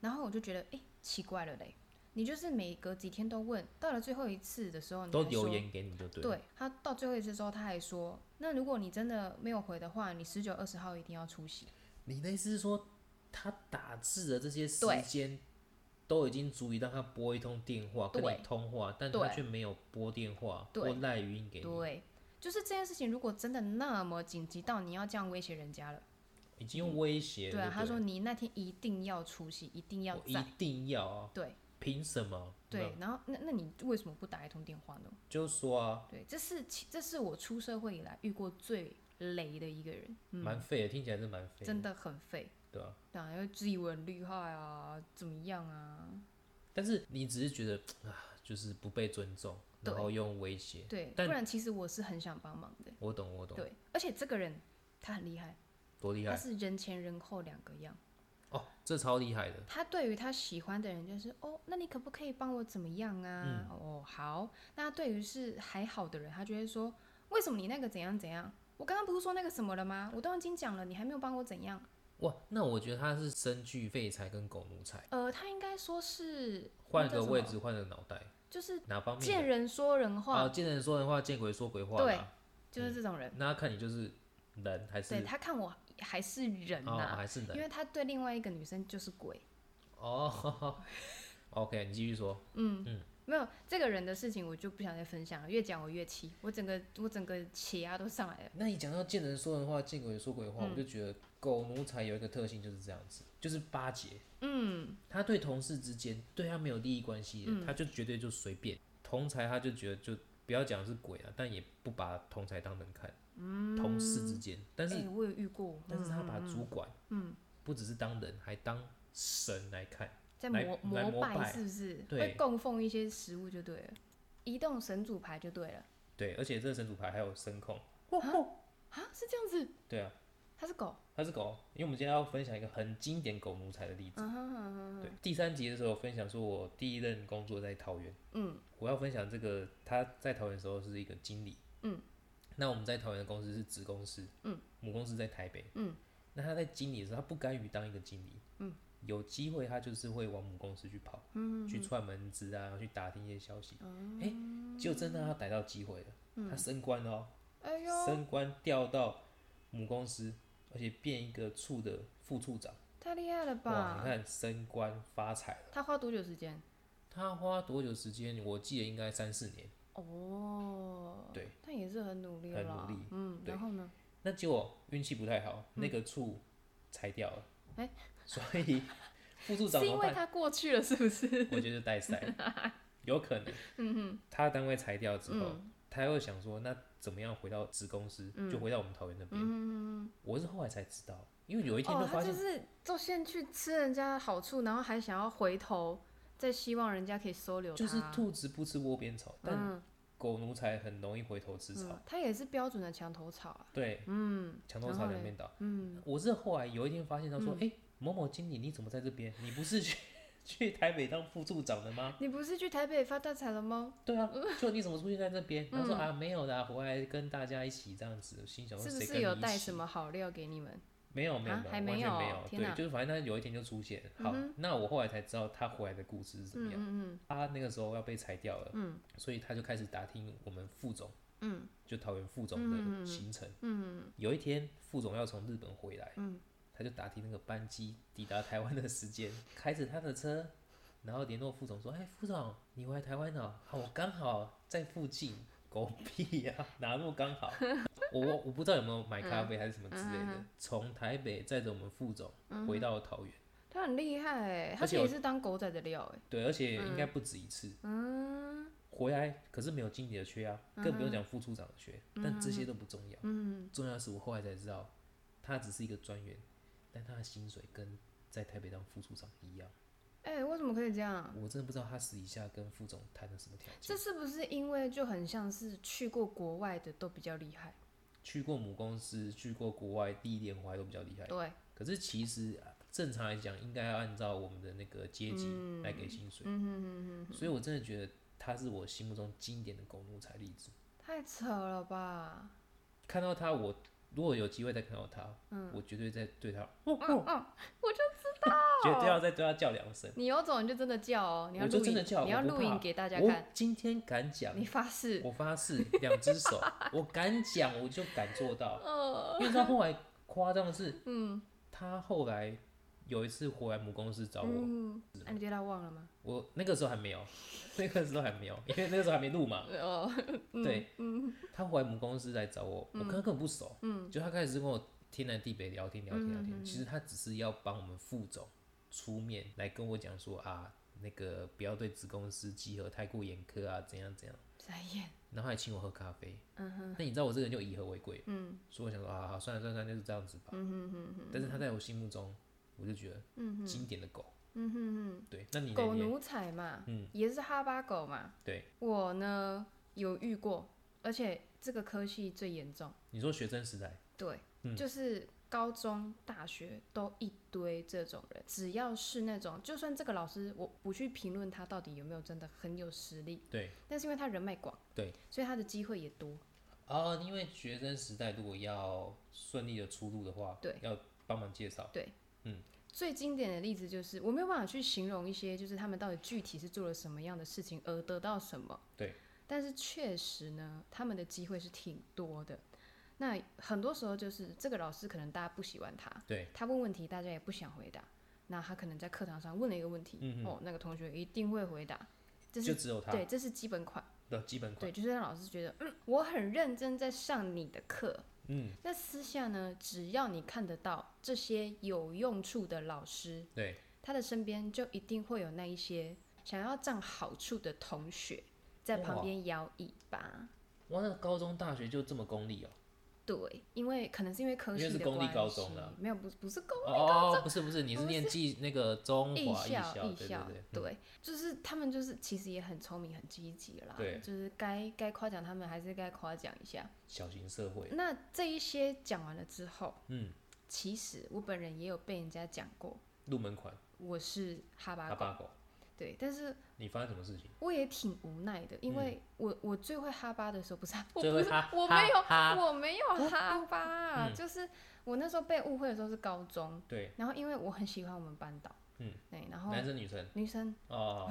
[SPEAKER 2] 然后我就觉得，哎、奇怪了嘞，你就是每隔几天都问，到了最后一次的时候，你
[SPEAKER 1] 都
[SPEAKER 2] 还
[SPEAKER 1] 留
[SPEAKER 2] 说
[SPEAKER 1] 言给你就对
[SPEAKER 2] 对
[SPEAKER 1] 了。
[SPEAKER 2] 他到最后一次之后，他还说，那如果你真的没有回的话，你十九、二十号一定要出席。
[SPEAKER 1] 你的意思是说，他打字的这些时
[SPEAKER 2] 对
[SPEAKER 1] 间都已经足以让他拨一通电话跟
[SPEAKER 2] 对
[SPEAKER 1] 你通话，但他
[SPEAKER 2] 对
[SPEAKER 1] 却没有拨电话
[SPEAKER 2] 对
[SPEAKER 1] 或赖语音给你，
[SPEAKER 2] 对，就是这件事情，如果真的那么紧急到你要这样威胁人家了，
[SPEAKER 1] 已经用威胁
[SPEAKER 2] 对啊
[SPEAKER 1] 了。，
[SPEAKER 2] 他
[SPEAKER 1] 对
[SPEAKER 2] 说你那天一定要出席，一定要
[SPEAKER 1] 我一嗯
[SPEAKER 2] 在，
[SPEAKER 1] 定要啊，
[SPEAKER 2] 对
[SPEAKER 1] 凭什么？
[SPEAKER 2] 对，，然后那那你为什么不打一通电话呢？
[SPEAKER 1] 就说啊，
[SPEAKER 2] 对，这是其这是我出社会以来遇过最雷的一个人，
[SPEAKER 1] 蛮废的，听起来是蛮废的，
[SPEAKER 2] 嗯真的很废。
[SPEAKER 1] 对啊。
[SPEAKER 2] 对啊，又自以为很厉害啊，怎么样啊？
[SPEAKER 1] 但是你只是觉得啊，就是不被尊重，
[SPEAKER 2] 对
[SPEAKER 1] 然后用威胁。
[SPEAKER 2] 对，不
[SPEAKER 1] 但
[SPEAKER 2] 然其实我是很想帮忙的。
[SPEAKER 1] 我懂，我懂，
[SPEAKER 2] 对，而且这个人他很厉害，
[SPEAKER 1] 多厉
[SPEAKER 2] 他
[SPEAKER 1] 害
[SPEAKER 2] 是人前人后两个样。
[SPEAKER 1] 哦，这超厉害的。
[SPEAKER 2] 他对于他喜欢的人就是哦，那你可不可以帮我怎么样
[SPEAKER 1] 嗯
[SPEAKER 2] 啊？哦，好。那对于是还好的人，他就会说，为什么你那个怎样怎样？我刚刚不是说那个什么了吗？我都已经讲了，你还没有帮我怎样？
[SPEAKER 1] 哇，那我觉得他是身具废柴跟狗奴才，
[SPEAKER 2] 呃，他应该说是
[SPEAKER 1] 换
[SPEAKER 2] 那叫
[SPEAKER 1] 个
[SPEAKER 2] 什
[SPEAKER 1] 位
[SPEAKER 2] 么
[SPEAKER 1] 置，换个脑袋，
[SPEAKER 2] 就是
[SPEAKER 1] 哪方面
[SPEAKER 2] 见
[SPEAKER 1] 的？
[SPEAKER 2] 人说人
[SPEAKER 1] 啊，
[SPEAKER 2] 话，
[SPEAKER 1] 见人说人话，见鬼说鬼话
[SPEAKER 2] 对
[SPEAKER 1] 啦。
[SPEAKER 2] 就是这种人。
[SPEAKER 1] 那他看你就是人还是
[SPEAKER 2] 对他看我还是人
[SPEAKER 1] 哦，
[SPEAKER 2] 呐、
[SPEAKER 1] 还是
[SPEAKER 2] 因
[SPEAKER 1] 人
[SPEAKER 2] 为他对另外一个女生就是鬼。
[SPEAKER 1] 哦。OK，你继续说。
[SPEAKER 2] 没有这个人的事情，我就不想再分享了，越讲我越气，我整个我整个气压都上来了。
[SPEAKER 1] 那你讲到见人说人话，见鬼说鬼
[SPEAKER 2] 嗯
[SPEAKER 1] 话，我就觉得狗奴才有一个特性就是这样子，就是巴结。嗯，他对同事之间对他没有利益关系的，
[SPEAKER 2] 嗯
[SPEAKER 1] 他就绝对就随便。同才他就觉得就不要讲是鬼啊，但也不把同才当人看。嗯，同事之间，但是、
[SPEAKER 2] 哎、我有遇过，
[SPEAKER 1] 但是
[SPEAKER 2] 嗯
[SPEAKER 1] 他把主管，嗯，不只是当人，还当神来看。
[SPEAKER 2] 在
[SPEAKER 1] 来
[SPEAKER 2] 膜
[SPEAKER 1] 来膜
[SPEAKER 2] 拜
[SPEAKER 1] 拜
[SPEAKER 2] 是不是？
[SPEAKER 1] 对
[SPEAKER 2] 会供奉一些食物就对了，移动神主牌就对了。
[SPEAKER 1] 对，而且这个神主牌还有声控。
[SPEAKER 2] 啊，是这样子，
[SPEAKER 1] 对啊，
[SPEAKER 2] 他是狗，
[SPEAKER 1] 它是狗，因为我们今天要分享一个很经典狗奴才的例子。
[SPEAKER 2] 啊
[SPEAKER 1] 对，第三集的时候分享说，我第一任工作在桃园。嗯，我要分享这个，他在桃园的时候是一个经理。嗯，那我们在桃园的公司是子公司。嗯，母公司在台北。嗯，那他在经理的时候，他不甘于当一个经理。嗯，有机会他就是会往母公司去跑，
[SPEAKER 2] 嗯
[SPEAKER 1] 去串门子啊，去打听一些消息。哎、就真的让他逮到机会了，他升官了哦。
[SPEAKER 2] 嗯哎呦，
[SPEAKER 1] 升官调到母公司，而且变一个处的副处长。
[SPEAKER 2] 太厉害了
[SPEAKER 1] 哇，你
[SPEAKER 2] 吧？
[SPEAKER 1] 看升官发财了。
[SPEAKER 2] 他花多久时间？
[SPEAKER 1] 他花多久时间？我记得应该三四年。
[SPEAKER 2] 哦，
[SPEAKER 1] 对，
[SPEAKER 2] 他也是很努力了啦，
[SPEAKER 1] 很努力
[SPEAKER 2] 嗯，
[SPEAKER 1] 对
[SPEAKER 2] 然后呢？
[SPEAKER 1] 那结果运气不太好，那个处裁掉了。
[SPEAKER 2] 嗯哎
[SPEAKER 1] 所以副处长
[SPEAKER 2] 是
[SPEAKER 1] 怎
[SPEAKER 2] 因
[SPEAKER 1] 么
[SPEAKER 2] 为
[SPEAKER 1] 办？
[SPEAKER 2] 他过去了，是不是？
[SPEAKER 1] 我觉得带赛，有可能。他单位裁掉之后，他又想说，那怎么样回到子公司？就回到我们桃园那边。我是后来才知道，因为有一天
[SPEAKER 2] 哦，他
[SPEAKER 1] 发现
[SPEAKER 2] 就，是就先去吃人家的好处，然后还想要回头，再希望人家可以收留他。
[SPEAKER 1] 就是兔子不吃窝边草，但狗奴才很容易回头吃草。
[SPEAKER 2] 嗯，他也是标准的墙头草啊。
[SPEAKER 1] 对，嗯，墙头
[SPEAKER 2] 然
[SPEAKER 1] 草
[SPEAKER 2] 后
[SPEAKER 1] 两
[SPEAKER 2] 嘞
[SPEAKER 1] 面倒。嗯，我是后来有一天发现他说，哎、某某经理你怎么在这边？你不是去 去台北当副处长的吗？
[SPEAKER 2] 你不是去台北发大财了吗？
[SPEAKER 1] 对 啊，就你怎么出现在这
[SPEAKER 2] 嗯
[SPEAKER 1] 边？他说啊，没有啦，回来跟大家一起这样子。我心想说
[SPEAKER 2] 是不
[SPEAKER 1] 谁
[SPEAKER 2] 是
[SPEAKER 1] 跟
[SPEAKER 2] 有
[SPEAKER 1] 你一
[SPEAKER 2] 带
[SPEAKER 1] 起
[SPEAKER 2] 什？么好料给你们？
[SPEAKER 1] 没有没有
[SPEAKER 2] 啊
[SPEAKER 1] 没有，
[SPEAKER 2] 还
[SPEAKER 1] 完全
[SPEAKER 2] 没
[SPEAKER 1] 没
[SPEAKER 2] 有
[SPEAKER 1] 有。
[SPEAKER 2] 天哪嗯
[SPEAKER 1] 对，就是反正他有一天就出现。好，那我后来才知道他回来的故事是怎么样。嗯嗯他那个时候要被裁掉了，嗯，所以他就开始打听我们副总，嗯，就桃园副总的行程。嗯有一天副总要从日本回来，嗯，他就打听那个班机抵达台湾的时间，开着他的车。然后联络副总说：“哎，副总，你回来台湾了、哦？好，我刚好在附近。狗屁呀、哪那么刚 好？我我我不知道有没有买咖啡还是什么之类的，从、台北载着我们副总回到桃园，
[SPEAKER 2] 他很厉害哎、他
[SPEAKER 1] 而且
[SPEAKER 2] 也
[SPEAKER 1] 我
[SPEAKER 2] 是当狗仔的料哎、
[SPEAKER 1] 对，而且应该不止一次。嗯，回来可是没有经理的缺啊，更不用讲副处长的缺，但这些都不重要。嗯，重要的是我后来才知道，他只是一个专员，但他的薪水跟在台北当副处长一样。
[SPEAKER 2] 哎、为什么可以这样？
[SPEAKER 1] 我真的不知道他私底下跟副总谈了什么条件
[SPEAKER 2] 这。是不是因为就很像是去过国外的都比较厉害？
[SPEAKER 1] 去过母公司，去过国外，第一年回来都比较厉害。
[SPEAKER 2] 对，
[SPEAKER 1] 可是其实啊正常来讲，应该要按照我们的那个阶级来给薪水。所以我真的觉得他是我心目中经典的狗奴才例子。
[SPEAKER 2] 太扯了吧！
[SPEAKER 1] 看到他，我如果有机会再看到他，我绝对再对他，哦
[SPEAKER 2] 嗯嗯，我就
[SPEAKER 1] 绝对要再对他叫两声。
[SPEAKER 2] 你有种你就真的叫哦，你要
[SPEAKER 1] 我就
[SPEAKER 2] 录
[SPEAKER 1] 真的
[SPEAKER 2] 影
[SPEAKER 1] 叫，
[SPEAKER 2] 你要
[SPEAKER 1] 我不
[SPEAKER 2] 录
[SPEAKER 1] 怕
[SPEAKER 2] 影给大家
[SPEAKER 1] 我
[SPEAKER 2] 看，
[SPEAKER 1] 今天敢讲，
[SPEAKER 2] 你发誓。
[SPEAKER 1] 我发誓，两只 手，我敢讲，我就敢做到。
[SPEAKER 2] 哦
[SPEAKER 1] 因为他后来夸张的是，嗯，他后来有一次回来母公司找我，
[SPEAKER 2] 嗯，那、你对他忘了吗？
[SPEAKER 1] 我那个时候还没有， 那个时候还没有，因为那个时候还没录 嘛。
[SPEAKER 2] 哦，
[SPEAKER 1] 对，他回来母公司来找我，我跟他根本不熟，就他开始跟我天南地北聊天聊天聊天，其实他只是要帮我们副总出面来跟我讲说啊，那个不要对子公司集合太过严苛啊，怎样怎样。
[SPEAKER 2] 傻眼，
[SPEAKER 1] 然后还请我喝咖啡。那你知道我这个人就以和为贵，嗯，所以我想说啊，好算了算了，算了就是这样子吧。但是他在我心目中，我就觉得，经典的狗，嗯嗯哼哼，对，那你呢
[SPEAKER 2] 狗
[SPEAKER 1] 你也嗯
[SPEAKER 2] 奴才嘛，也是哈巴狗嘛。
[SPEAKER 1] 对，
[SPEAKER 2] 我呢有遇过，而且这个科系最严重，
[SPEAKER 1] 你说学生时代，
[SPEAKER 2] 对，
[SPEAKER 1] 嗯
[SPEAKER 2] 就是高中、大学都一堆这种人，只要是那种，就算这个老师我不去评论他到底有没有真的很有实力，
[SPEAKER 1] 对，
[SPEAKER 2] 但是因为他人脉广，
[SPEAKER 1] 对，
[SPEAKER 2] 所以他的机会也多，
[SPEAKER 1] 呃哦，因为学生时代如果要顺利的出路的话，
[SPEAKER 2] 对
[SPEAKER 1] 要帮忙介绍。嗯
[SPEAKER 2] 最经典的例子就是，我没有办法去形容一些，就是他们到底具体是做了什么样的事情而得到什么。
[SPEAKER 1] 对。
[SPEAKER 2] 但是确实呢，他们的机会是挺多的。那很多时候就是这个老师可能大家不喜欢他，
[SPEAKER 1] 对，
[SPEAKER 2] 他问问题大家也不想回答。那他可能在课堂上问了一个问题，哦，那个同学一定会回答，这
[SPEAKER 1] 就是只有嗯他
[SPEAKER 2] 对，这是基本款。
[SPEAKER 1] 的基本款。
[SPEAKER 2] 对，就是让老师觉得，嗯，我很认真在上你的课。
[SPEAKER 1] 嗯，
[SPEAKER 2] 那私下呢，只要你看得到这些有用处的老师，
[SPEAKER 1] 对，
[SPEAKER 2] 他的身边就一定会有那一些想要占好处的同学在旁边摇尾巴。
[SPEAKER 1] 哇，那高中大学就这么功利哦、
[SPEAKER 2] 对，因为可能是因为科
[SPEAKER 1] 因为
[SPEAKER 2] 系
[SPEAKER 1] 是
[SPEAKER 2] 的
[SPEAKER 1] 公立
[SPEAKER 2] 关系，
[SPEAKER 1] 高中啦
[SPEAKER 2] 没有不不是公
[SPEAKER 1] 哦哦哦，不是不是，你是
[SPEAKER 2] 不
[SPEAKER 1] 念技那个中
[SPEAKER 2] 艺
[SPEAKER 1] 华艺
[SPEAKER 2] 校
[SPEAKER 1] 校，
[SPEAKER 2] 艺
[SPEAKER 1] 对对
[SPEAKER 2] 校
[SPEAKER 1] 对，，
[SPEAKER 2] 对，就是他们就是其实也很聪明很积极啦
[SPEAKER 1] 对，
[SPEAKER 2] 就是该该夸奖他们还是该夸奖一下。
[SPEAKER 1] 小型社会。
[SPEAKER 2] 那这一些讲完了之后，
[SPEAKER 1] 嗯，
[SPEAKER 2] 其实我本人也有被人家讲过，
[SPEAKER 1] 入门款
[SPEAKER 2] 我是哈巴
[SPEAKER 1] 阿
[SPEAKER 2] 狗，
[SPEAKER 1] 巴狗，
[SPEAKER 2] 对，但是
[SPEAKER 1] 你发生什么事情？
[SPEAKER 2] 我也挺无奈的，因
[SPEAKER 1] 嗯
[SPEAKER 2] 为我、我最会哈巴的时候不是啊，我
[SPEAKER 1] 最
[SPEAKER 2] 不
[SPEAKER 1] 会
[SPEAKER 2] 是
[SPEAKER 1] 哈
[SPEAKER 2] 我
[SPEAKER 1] 哈
[SPEAKER 2] 没有
[SPEAKER 1] 哈
[SPEAKER 2] 我没有哈巴啊，
[SPEAKER 1] 嗯
[SPEAKER 2] 就是我那时候被误会的时候是高中，
[SPEAKER 1] 对，
[SPEAKER 2] 然后因为我很喜欢我们班导，
[SPEAKER 1] 嗯，
[SPEAKER 2] 对，然后
[SPEAKER 1] 男生女生
[SPEAKER 2] 女生
[SPEAKER 1] 哦，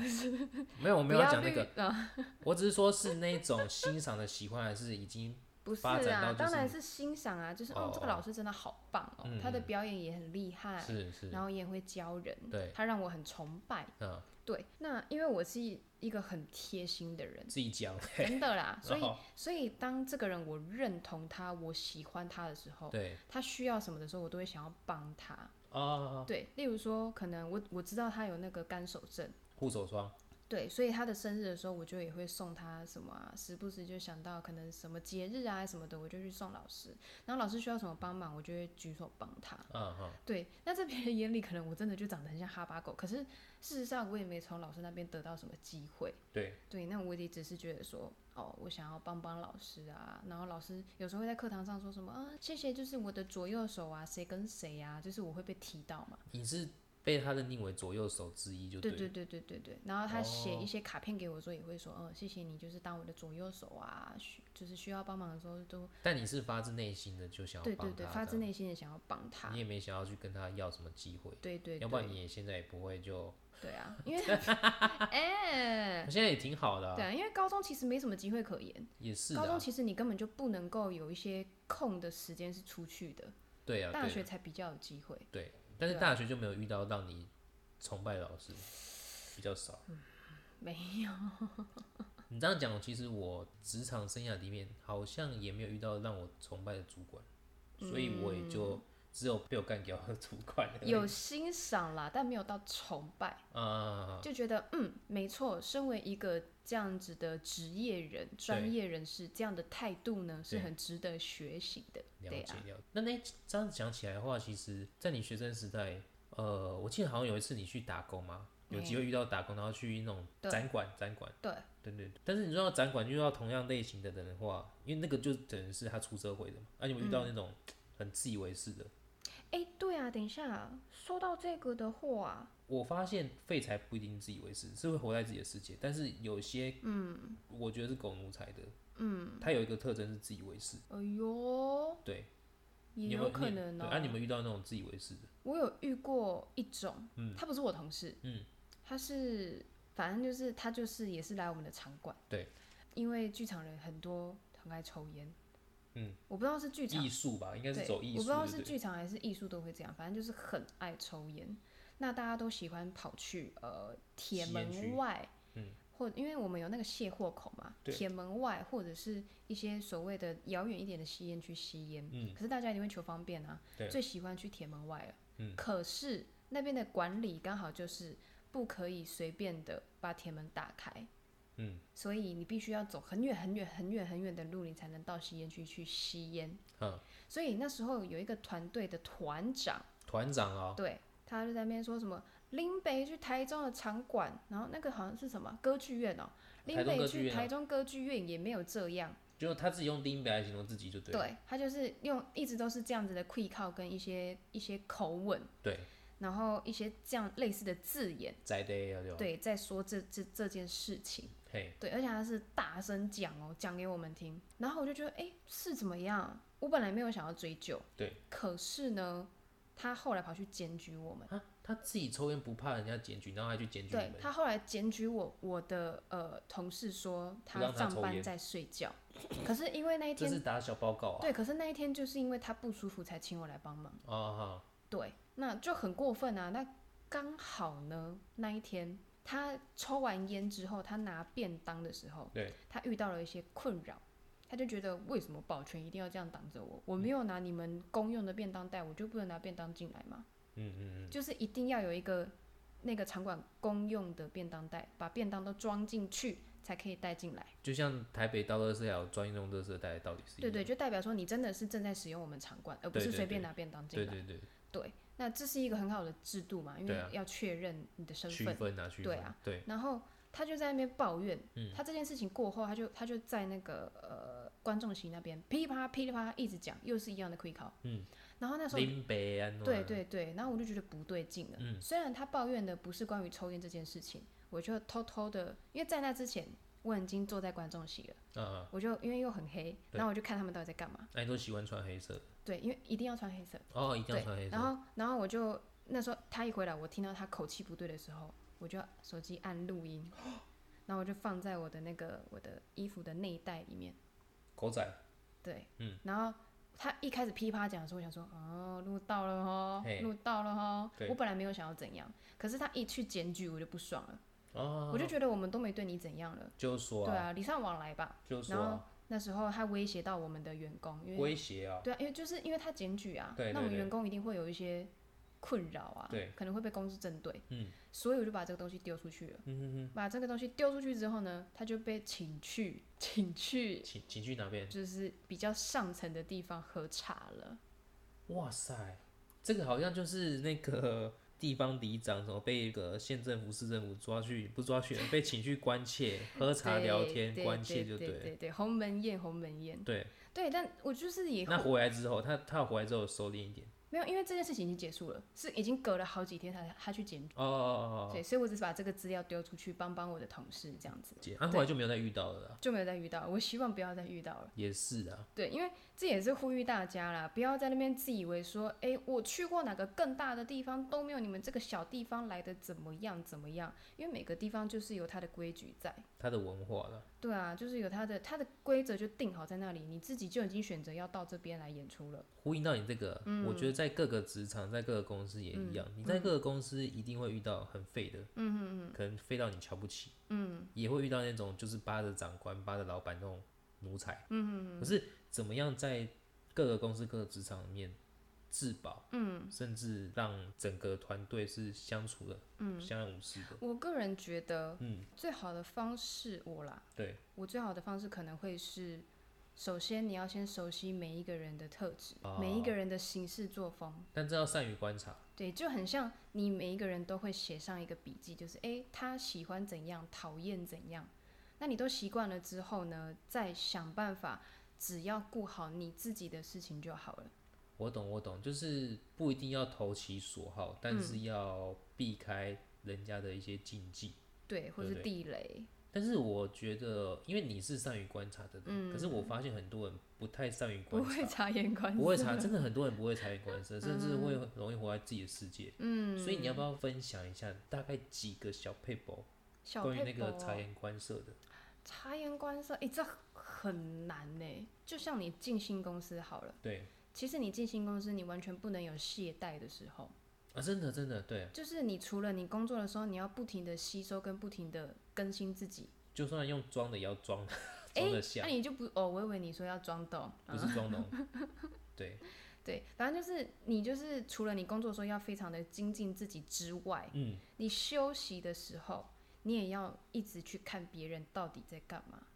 [SPEAKER 1] 没有，我没有
[SPEAKER 2] 不要
[SPEAKER 1] 讲那
[SPEAKER 2] 绿
[SPEAKER 1] 个，
[SPEAKER 2] 啊，
[SPEAKER 1] 我只是说是那种欣赏的喜欢，还是已经
[SPEAKER 2] 不是
[SPEAKER 1] 发展到
[SPEAKER 2] 啊，
[SPEAKER 1] 就是
[SPEAKER 2] 当然是欣赏啊，就是哦
[SPEAKER 1] 哦
[SPEAKER 2] 这个老师真的好棒哦，
[SPEAKER 1] 嗯
[SPEAKER 2] 他的
[SPEAKER 1] 嗯
[SPEAKER 2] 表演也很厉害，
[SPEAKER 1] 是是，
[SPEAKER 2] 然后也会教人，
[SPEAKER 1] 对
[SPEAKER 2] 他让我很崇拜，
[SPEAKER 1] 嗯，，
[SPEAKER 2] 对，那因为我是一个很贴心的人
[SPEAKER 1] 自己讲，
[SPEAKER 2] 真的啦，所
[SPEAKER 1] 然
[SPEAKER 2] 以
[SPEAKER 1] 后
[SPEAKER 2] 所以当这个人我认同他，我喜欢他的时候，
[SPEAKER 1] 对
[SPEAKER 2] 他需要什么的时候，我都会想要帮他。
[SPEAKER 1] 哦，
[SPEAKER 2] 对，例如说，可能我我知道他有那个干手症，
[SPEAKER 1] 护手霜，
[SPEAKER 2] 对，所以他的生日的时候，我就也会送他什么啊，时不时就想到可能什么节日啊什么的，我就去送老师。然后老师需要什么帮忙，我就会举手帮他。
[SPEAKER 1] 嗯嗯，
[SPEAKER 2] 对，那在别人眼里，可能我真的就长得很像哈巴狗，可是事实上我也没从老师那边得到什么机会。
[SPEAKER 1] 对，
[SPEAKER 2] 对，那我也只是觉得说，哦，我想要帮帮老师啊，然后老师有时候会在课堂上说什么啊，谢谢，就是我的左右手啊，谁跟谁啊，就是我会被提到嘛。
[SPEAKER 1] 你是被他认定为左右手之一就
[SPEAKER 2] 对
[SPEAKER 1] 了
[SPEAKER 2] 对对对对对，然后他写
[SPEAKER 1] 哦
[SPEAKER 2] 一些卡片给我的时候，也会说，嗯，谢谢你，就是当我的左右手啊，需就是需要帮忙的时候都，
[SPEAKER 1] 但你是发自内心的就想要
[SPEAKER 2] 对
[SPEAKER 1] 帮
[SPEAKER 2] 对
[SPEAKER 1] 他这
[SPEAKER 2] 对，
[SPEAKER 1] 样，
[SPEAKER 2] 发自内心的想要帮他
[SPEAKER 1] 你，也没想要去跟他要什么机会，
[SPEAKER 2] 对对
[SPEAKER 1] 要不然
[SPEAKER 2] 对，
[SPEAKER 1] 你也现在也不会就，
[SPEAKER 2] 对啊，因为 哎、
[SPEAKER 1] 现在也挺好的
[SPEAKER 2] 对
[SPEAKER 1] 啊，
[SPEAKER 2] 啊，因为高中其实没什么机会可言，
[SPEAKER 1] 也是
[SPEAKER 2] 高
[SPEAKER 1] 的
[SPEAKER 2] 中
[SPEAKER 1] 啊，
[SPEAKER 2] 其实你根本就不能够有一些空的时间是出去的。
[SPEAKER 1] 对啊，
[SPEAKER 2] 大
[SPEAKER 1] 对啊
[SPEAKER 2] 学才比较有机会。
[SPEAKER 1] 对，但是
[SPEAKER 2] 对啊
[SPEAKER 1] 大学就没有遇到让你崇拜的老师，比较少。
[SPEAKER 2] 嗯没
[SPEAKER 1] 有。你这样讲，其实我职场生涯里面好像也没有遇到让我崇拜的主管，所以我也
[SPEAKER 2] 嗯
[SPEAKER 1] 就只有被我干掉的主管而已。
[SPEAKER 2] 有欣赏啦，但没有到崇拜，
[SPEAKER 1] 啊，
[SPEAKER 2] 就觉得嗯，没错，身为一个这样子的职业人、专业人士，这样的态度呢，是
[SPEAKER 1] 对
[SPEAKER 2] 很值得学习的。
[SPEAKER 1] 了
[SPEAKER 2] 对
[SPEAKER 1] 解
[SPEAKER 2] 啊，
[SPEAKER 1] 了解。那那这样讲起来的话，其实，在你学生时代，呃，我记得好像有一次你去打工嘛，有机会遇到打工，然后去那种
[SPEAKER 2] 对
[SPEAKER 1] 展馆，展馆。
[SPEAKER 2] 对
[SPEAKER 1] 对对，对但是你说到展馆遇到同样类型的人的话，因为那个就等于是他出社会的嘛，而、啊、你们遇到
[SPEAKER 2] 嗯
[SPEAKER 1] 那种很自以为是的，
[SPEAKER 2] 哎，对啊，等一下啊，说到这个的话啊，
[SPEAKER 1] 我发现废材不一定自以为是，是会活在自己的世界，但是有些，嗯，我觉得是狗奴才的，嗯，他有一个特征是自以为是，
[SPEAKER 2] 哎呦，
[SPEAKER 1] 对，
[SPEAKER 2] 也
[SPEAKER 1] 你有没
[SPEAKER 2] 可
[SPEAKER 1] 你
[SPEAKER 2] 能
[SPEAKER 1] 对
[SPEAKER 2] 哦。
[SPEAKER 1] 啊，你们遇到那种自以为是的，
[SPEAKER 2] 我有遇过一种，他不是我同事，
[SPEAKER 1] 嗯，
[SPEAKER 2] 他是反正就是他就是也是来我们的场馆，
[SPEAKER 1] 对，
[SPEAKER 2] 因为剧场人很多很爱抽烟，
[SPEAKER 1] 嗯，
[SPEAKER 2] 我不知道是剧场
[SPEAKER 1] 艺，术吧，应该是
[SPEAKER 2] 对，
[SPEAKER 1] 走艺
[SPEAKER 2] 我不
[SPEAKER 1] 术
[SPEAKER 2] 知道
[SPEAKER 1] 的，
[SPEAKER 2] 是剧场还是艺术都会这样，反正就是很爱抽烟，那大家都喜欢跑去呃铁
[SPEAKER 1] 吸烟区
[SPEAKER 2] 门外，
[SPEAKER 1] 嗯。
[SPEAKER 2] 或因为我们有那个卸货口嘛，
[SPEAKER 1] 对
[SPEAKER 2] 铁门外或者是一些所谓的遥远一点的吸烟区吸烟，
[SPEAKER 1] 嗯，
[SPEAKER 2] 可是大家一定会求方便啊
[SPEAKER 1] 对，
[SPEAKER 2] 最喜欢去铁门外了。
[SPEAKER 1] 嗯
[SPEAKER 2] 可是那边的管理刚好就是不可以随便的把铁门打开，
[SPEAKER 1] 嗯，
[SPEAKER 2] 所以你必须要走很远很远很远很远的路，你才能到吸烟区去吸烟。
[SPEAKER 1] 嗯，
[SPEAKER 2] 所以那时候有一个团队的团长，
[SPEAKER 1] 团长哦，
[SPEAKER 2] 对，他就在那边说什么林北去台中的场馆，然后那个好像是什么歌剧院哦，
[SPEAKER 1] 台中
[SPEAKER 2] 林
[SPEAKER 1] 歌
[SPEAKER 2] 北
[SPEAKER 1] 剧
[SPEAKER 2] 去
[SPEAKER 1] 院啊
[SPEAKER 2] 台中歌剧院也没有这样。
[SPEAKER 1] 就他自己用丁北来形容自己就对了，
[SPEAKER 2] 对他就是用一直都是这样子的跪靠跟一些一些口吻，
[SPEAKER 1] 对，
[SPEAKER 2] 然后一些这样类似的字眼，
[SPEAKER 1] 宅的要对吧，啊
[SPEAKER 2] 对，在说这这这件事情，
[SPEAKER 1] 嘿，
[SPEAKER 2] 对，而且他是大声讲哦，讲给我们听，然后我就觉得，哎，是怎么样？我本来没有想要追究，
[SPEAKER 1] 对，
[SPEAKER 2] 可是呢，他后来跑去检举我们，
[SPEAKER 1] 啊，他自己抽烟不怕人家检举，然后还去检举你
[SPEAKER 2] 对
[SPEAKER 1] 们，
[SPEAKER 2] 他后来检举我，我的呃同事说
[SPEAKER 1] 不
[SPEAKER 2] 他
[SPEAKER 1] 让他
[SPEAKER 2] 上
[SPEAKER 1] 抽
[SPEAKER 2] 班
[SPEAKER 1] 烟
[SPEAKER 2] 在睡觉，可是因为那一
[SPEAKER 1] 这
[SPEAKER 2] 天
[SPEAKER 1] 是打小报告啊。
[SPEAKER 2] 对，可是那一天就是因为他不舒服才请我来帮忙，
[SPEAKER 1] 啊哈，
[SPEAKER 2] 对，那就很过分啊。那刚好呢，那一天他抽完烟之后，他拿便当的时候，
[SPEAKER 1] 对，
[SPEAKER 2] 他遇到了一些困扰，他就觉得为什么保全一定要这样挡着我？
[SPEAKER 1] 嗯
[SPEAKER 2] 我没有拿你们公用的便当袋，我就不能拿便当进来吗？
[SPEAKER 1] 嗯嗯
[SPEAKER 2] 就是一定要有一个那个场馆公用的便当袋，把便当都装进去才可以带进来
[SPEAKER 1] 嗯。，就像台北倒垃圾还有专用垃圾袋，到底是一
[SPEAKER 2] 对对，
[SPEAKER 1] 样
[SPEAKER 2] 就代表说你真的是正在使用我们场馆，而不
[SPEAKER 1] 对
[SPEAKER 2] 是
[SPEAKER 1] 对
[SPEAKER 2] 随便
[SPEAKER 1] 对
[SPEAKER 2] 拿便当进
[SPEAKER 1] 对
[SPEAKER 2] 来。
[SPEAKER 1] 对对，
[SPEAKER 2] 对，那这是一个很好的制度嘛，因
[SPEAKER 1] 对
[SPEAKER 2] 为
[SPEAKER 1] 啊
[SPEAKER 2] 要确认你的身
[SPEAKER 1] 区
[SPEAKER 2] 份。
[SPEAKER 1] 分啊区
[SPEAKER 2] 对
[SPEAKER 1] 分
[SPEAKER 2] 啊，
[SPEAKER 1] 对，
[SPEAKER 2] 然后他就在那边抱怨，
[SPEAKER 1] 嗯
[SPEAKER 2] 他这件事情过后，他就他就在那个呃观众席那边噼里啪啦噼里啪啦一直讲，又是一样的 quick call。
[SPEAKER 1] 嗯，
[SPEAKER 2] 然后那时候
[SPEAKER 1] 林北安哦
[SPEAKER 2] 对，对对，然后我就觉得不对劲了。
[SPEAKER 1] 嗯
[SPEAKER 2] 虽然他抱怨的不是关于抽烟这件事情，我就偷偷的，因为在那之前我已经坐在观众席了，
[SPEAKER 1] 啊，
[SPEAKER 2] 我就因为又很黑，
[SPEAKER 1] 对
[SPEAKER 2] 然后我就看他们到底在干嘛。
[SPEAKER 1] 那哎你都喜欢穿黑色的
[SPEAKER 2] 对，因为一定要穿黑色。
[SPEAKER 1] 哦，一定要穿黑
[SPEAKER 2] 对，
[SPEAKER 1] 色
[SPEAKER 2] 然
[SPEAKER 1] 的，
[SPEAKER 2] 后然后我就那时候他一回来，我听到他口气不对的时候，我就手机按录音，
[SPEAKER 1] 哦
[SPEAKER 2] 然后我就放在我的那个我的衣服的内袋里面。
[SPEAKER 1] 狗仔，
[SPEAKER 2] 对，
[SPEAKER 1] 嗯，
[SPEAKER 2] 然后他一开始噼啪讲的时候，我想说，哦，录到了哦
[SPEAKER 1] 嘿，
[SPEAKER 2] 录到了哦
[SPEAKER 1] 对。
[SPEAKER 2] 我本来没有想要怎样，可是他一去检举，我就不爽了，
[SPEAKER 1] 哦，
[SPEAKER 2] 我就觉得我们都没对你怎样了。
[SPEAKER 1] 就说
[SPEAKER 2] 对
[SPEAKER 1] 啊，
[SPEAKER 2] 啊，礼尚往来吧。
[SPEAKER 1] 就说
[SPEAKER 2] 然后
[SPEAKER 1] 啊，
[SPEAKER 2] 那时候他威胁到我们的员工，因为
[SPEAKER 1] 威胁啊，
[SPEAKER 2] 对啊，因为就是因为他检举啊，
[SPEAKER 1] 对
[SPEAKER 2] 那我
[SPEAKER 1] 对
[SPEAKER 2] 们
[SPEAKER 1] 对
[SPEAKER 2] 员工一定会有一些困扰啊，
[SPEAKER 1] 对，
[SPEAKER 2] 可能会被公司针对，
[SPEAKER 1] 嗯，
[SPEAKER 2] 所以我就把这个东西丢出去了。
[SPEAKER 1] 嗯哼哼，
[SPEAKER 2] 把这个东西丢出去之后呢，他就被请去，请去
[SPEAKER 1] 请请去哪边？
[SPEAKER 2] 就是比较上层的地方喝茶了。
[SPEAKER 1] 哇塞，这个好像就是那 个地方里长什么被个县政府、市政府抓去，不抓去被请去关切、喝茶
[SPEAKER 2] 对
[SPEAKER 1] 聊天、
[SPEAKER 2] 对
[SPEAKER 1] 关切就
[SPEAKER 2] 对
[SPEAKER 1] 了。
[SPEAKER 2] 对对，鸿门宴，鸿门宴，
[SPEAKER 1] 对，
[SPEAKER 2] 对，但我就是也
[SPEAKER 1] 那回来之后，他他回来之后收敛一点。
[SPEAKER 2] 没有，因为这件事情已经结束了，是已经隔了好几天他他去检举，
[SPEAKER 1] 哦哦哦哦
[SPEAKER 2] 对，所以我只是把这个资料丢出去，帮帮我的同事这样子
[SPEAKER 1] 哦，，姐，啊，后来就没有再遇到了啦。
[SPEAKER 2] 就没有再遇到，我希望不要再遇到了。
[SPEAKER 1] 也是啊，
[SPEAKER 2] 对，因为这也是呼吁大家啦，不要在那边自以为说，诶，我去过哪个更大的地方都没有你们这个小地方来的怎么样怎么样，因为每个地方就是有它的规矩在。
[SPEAKER 1] 他的文化啦，
[SPEAKER 2] 对啊，就是有它的它的规则就定好在那里，你自己就已经选择要到这边来演出了。
[SPEAKER 1] 呼应到你这个，我觉得在各个职场，在各个公司也一样，你在各个公司一定会遇到很废的，嗯嗯嗯嗯，可能废到你瞧不起，嗯，也会遇到那种就是扒着长官、扒着老板那种奴才，嗯嗯可是怎么样在各个公司、各个职场里面自保，嗯，甚至让整个团队是相处的，嗯，相安无事的，
[SPEAKER 2] 我个人觉得
[SPEAKER 1] 嗯，
[SPEAKER 2] 最好的方式，我啦，
[SPEAKER 1] 对，
[SPEAKER 2] 我最好的方式可能会是，首先你要先熟悉每一个人的特质，
[SPEAKER 1] 哦
[SPEAKER 2] 每一个人的行事作风。
[SPEAKER 1] 但这要善于观察，
[SPEAKER 2] 对，就很像你每一个人都会写上一个笔记，就是诶，他喜欢怎样，讨厌怎样。那你都习惯了之后呢，再想办法，只要顾好你自己的事情就好了。
[SPEAKER 1] 我懂，我懂，就是不一定要投其所好，但是要避开人家的一些禁忌。
[SPEAKER 2] 对，或是
[SPEAKER 1] 对对
[SPEAKER 2] 地雷，
[SPEAKER 1] 但是我觉得，因为你是善于观察的人，可是我发现很多人不太善于观
[SPEAKER 2] 嗯不会
[SPEAKER 1] 察，
[SPEAKER 2] 察言观色，
[SPEAKER 1] 不会 察，真的很多人不会察言观色，甚
[SPEAKER 2] 嗯
[SPEAKER 1] 至会容易活在自己的世界。嗯，所以你要不要分享一下大概几个小配博
[SPEAKER 2] 小
[SPEAKER 1] 关于那
[SPEAKER 2] 佩
[SPEAKER 1] 个
[SPEAKER 2] 宝
[SPEAKER 1] 察言观色的？
[SPEAKER 2] 察言观色，诶，这很难呢。就像你进新公司好了，
[SPEAKER 1] 对
[SPEAKER 2] 其实你进新公司，你完全不能有懈怠的时候。
[SPEAKER 1] 啊，真的真的对，
[SPEAKER 2] 就是你除了你工作的时候，你要不停的吸收跟不停的更新自己。
[SPEAKER 1] 就算用装的也 要装
[SPEAKER 2] 哎
[SPEAKER 1] 装，得
[SPEAKER 2] 那、
[SPEAKER 1] 下，
[SPEAKER 2] 你就不哦，我以为你说要装懂，
[SPEAKER 1] 不是装 懂。对，
[SPEAKER 2] 对，反正就是你就是除了你工作的时候要非常的精进自己之外，
[SPEAKER 1] 嗯，
[SPEAKER 2] 你休息的时候你也要一直去看别人到底在干嘛。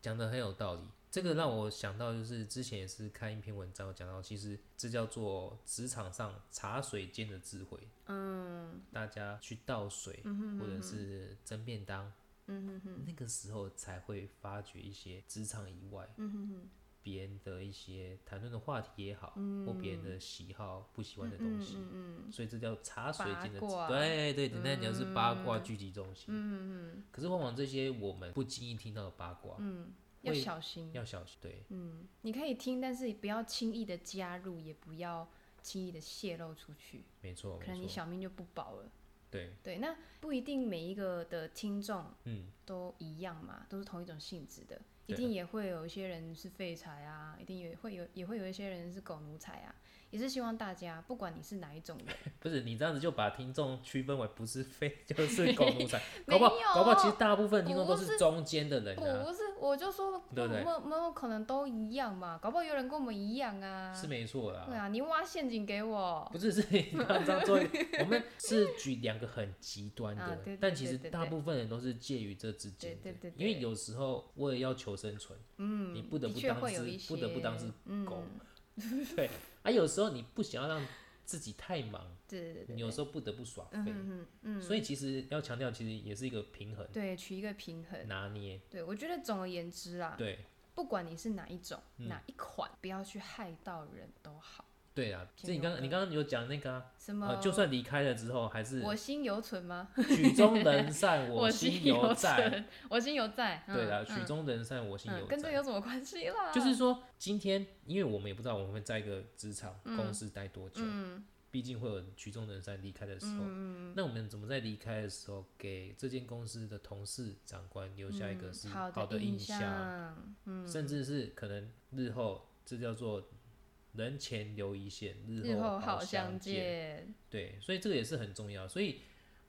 [SPEAKER 1] 讲的很有道理。这个让我想到，就是之前也是看一篇文章，讲到其实这叫做职场上茶水间的智慧。嗯，大家去倒水，或者是蒸便当，嗯哼哼，那个时候才会发掘一些职场以外，嗯哼哼，别人的一些谈论的话题也好，或别人的喜好、不喜欢的东西，嗯所以这叫茶水间的智
[SPEAKER 2] 八卦
[SPEAKER 1] 对对，简单讲是八卦聚集中心。嗯嗯，可是往往这些我们不经意听到的八卦，
[SPEAKER 2] 要
[SPEAKER 1] 会
[SPEAKER 2] 小心，
[SPEAKER 1] 要小心，对，
[SPEAKER 2] 嗯，你可以听，但是不要轻易的加入，也不要轻易的泄露出去，
[SPEAKER 1] 没错，
[SPEAKER 2] 可能
[SPEAKER 1] 哦没
[SPEAKER 2] 你
[SPEAKER 1] 错，
[SPEAKER 2] 小命就不保了。
[SPEAKER 1] 对，
[SPEAKER 2] 对，那不一定每一个的听众
[SPEAKER 1] 嗯，
[SPEAKER 2] 都一样嘛，都是同一种性质的，一
[SPEAKER 1] 对
[SPEAKER 2] 定也会有一些人是废柴啊，一定也会有也会有一些人是狗奴才啊，也是希望大家不管你是哪一种人，
[SPEAKER 1] 不是你这样子就把听众区分为不是非 就是狗奴才，
[SPEAKER 2] 没
[SPEAKER 1] 搞不好
[SPEAKER 2] 有
[SPEAKER 1] 搞不好其实大部分听众都
[SPEAKER 2] 不是
[SPEAKER 1] 是中间的人啊，
[SPEAKER 2] 不是我就说
[SPEAKER 1] 对
[SPEAKER 2] 我
[SPEAKER 1] 不对
[SPEAKER 2] 们我们可能都一样嘛，搞不好有人跟我们一样啊，
[SPEAKER 1] 是没错啦
[SPEAKER 2] 对。啊，你挖陷阱给我，
[SPEAKER 1] 不是是你刚刚这样做，我们是举两个很极端
[SPEAKER 2] 啊对
[SPEAKER 1] 的
[SPEAKER 2] 对，
[SPEAKER 1] 但其实
[SPEAKER 2] 对对对
[SPEAKER 1] 大部分人都是介于这之间
[SPEAKER 2] 对
[SPEAKER 1] 的
[SPEAKER 2] 对对，对
[SPEAKER 1] 因为有时候为了要求生存，
[SPEAKER 2] 嗯，
[SPEAKER 1] 你不得
[SPEAKER 2] 的
[SPEAKER 1] 不
[SPEAKER 2] 确
[SPEAKER 1] 当
[SPEAKER 2] 会有
[SPEAKER 1] 只
[SPEAKER 2] 一些，
[SPEAKER 1] 不得不当只
[SPEAKER 2] 嗯，
[SPEAKER 1] 狗，对，啊，有时候你不想要让自己太忙，
[SPEAKER 2] 对对对对，
[SPEAKER 1] 你有时候不得不耍
[SPEAKER 2] 嗯
[SPEAKER 1] 废，
[SPEAKER 2] 嗯嗯，
[SPEAKER 1] 所以其实要强调，其实也是一个平衡
[SPEAKER 2] 对，取一个平衡。
[SPEAKER 1] 拿捏，
[SPEAKER 2] 对，我觉得总而言之啦，
[SPEAKER 1] 嗯对
[SPEAKER 2] 不管你是哪一种、
[SPEAKER 1] 嗯
[SPEAKER 2] 哪一款，不要去害到人都好。
[SPEAKER 1] 对啊，
[SPEAKER 2] 平
[SPEAKER 1] 这你刚
[SPEAKER 2] 衡
[SPEAKER 1] 你刚刚有讲那个啊，
[SPEAKER 2] 什么？
[SPEAKER 1] 呃，就算离开了之后，还是
[SPEAKER 2] 我心犹存吗？
[SPEAKER 1] 曲终人散，
[SPEAKER 2] 我
[SPEAKER 1] 心
[SPEAKER 2] 犹
[SPEAKER 1] 犹在，
[SPEAKER 2] 存，我心犹在。嗯、
[SPEAKER 1] 对啦，
[SPEAKER 2] 嗯
[SPEAKER 1] 曲终人散，我心
[SPEAKER 2] 嗯
[SPEAKER 1] 犹
[SPEAKER 2] 跟这
[SPEAKER 1] 在。
[SPEAKER 2] 有什么关系啦？嗯
[SPEAKER 1] 就是说，今天因为我们也不知道我们会在一个职场、公司待多久，
[SPEAKER 2] 嗯
[SPEAKER 1] 毕竟会有曲终人散离开的时候。
[SPEAKER 2] 嗯，
[SPEAKER 1] 那我们怎么在离开的时候给这间公司的同事、长官留下一个是
[SPEAKER 2] 嗯好
[SPEAKER 1] 好的
[SPEAKER 2] 印嗯
[SPEAKER 1] 印象，甚至是可能日后这叫做人前留一线，
[SPEAKER 2] 日
[SPEAKER 1] 后
[SPEAKER 2] 后好
[SPEAKER 1] 好
[SPEAKER 2] 相
[SPEAKER 1] 见。
[SPEAKER 2] 见。
[SPEAKER 1] 对，所以这个也是很重要。所以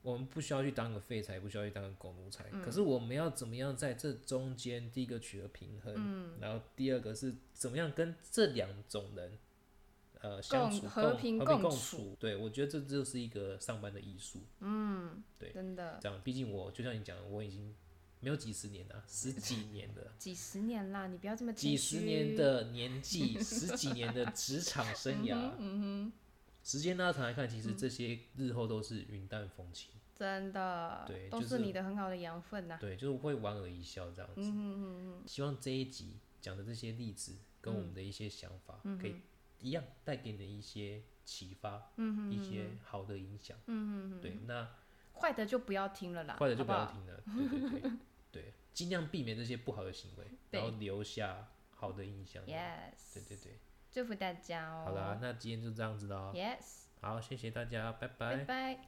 [SPEAKER 1] 我们不需要去当个废柴，不需要去当个狗奴才。
[SPEAKER 2] 嗯
[SPEAKER 1] 可是我们要怎么样在这中间，第一个取得平衡，
[SPEAKER 2] 嗯
[SPEAKER 1] 然后第二个是怎么样跟这两种人。呃，相
[SPEAKER 2] 共
[SPEAKER 1] 处
[SPEAKER 2] 和平
[SPEAKER 1] 和
[SPEAKER 2] 共
[SPEAKER 1] 平共
[SPEAKER 2] 处
[SPEAKER 1] 处，对我觉得这就是一个上班的艺术。对
[SPEAKER 2] 真的，
[SPEAKER 1] 这样，毕竟我就像你讲的，我已经没有几十年了，十 几年的
[SPEAKER 2] 几十年啦，你不要这么
[SPEAKER 1] 几
[SPEAKER 2] 谦
[SPEAKER 1] 十
[SPEAKER 2] 虚嗯
[SPEAKER 1] 年。的年纪，十几年的职 场生涯，时间拉长来看，其实这些日后都是云淡风轻，
[SPEAKER 2] 真的，
[SPEAKER 1] 对
[SPEAKER 2] 都
[SPEAKER 1] 就是
[SPEAKER 2] 你的很好的养分呐、
[SPEAKER 1] 对，就是会莞尔一笑这样
[SPEAKER 2] 嗯
[SPEAKER 1] 子。希望这一集讲的这些例子跟我们的一些想法，
[SPEAKER 2] 嗯
[SPEAKER 1] 可以一样带给你一些启发，
[SPEAKER 2] 嗯
[SPEAKER 1] 一些好的影响。对，那
[SPEAKER 2] 坏的就不要听了啦，
[SPEAKER 1] 坏的就
[SPEAKER 2] 好
[SPEAKER 1] 不
[SPEAKER 2] 不
[SPEAKER 1] 要
[SPEAKER 2] 嗯好？
[SPEAKER 1] 听了，对对对对，尽量避免这些不好的行为，
[SPEAKER 2] 对
[SPEAKER 1] 然后留下好的印象。
[SPEAKER 2] Yes，
[SPEAKER 1] 对对对，
[SPEAKER 2] 祝福大家哦。
[SPEAKER 1] 好啦，那今天就这样子啦，
[SPEAKER 2] ，Yes，
[SPEAKER 1] 好，谢谢大家，拜
[SPEAKER 2] 拜拜。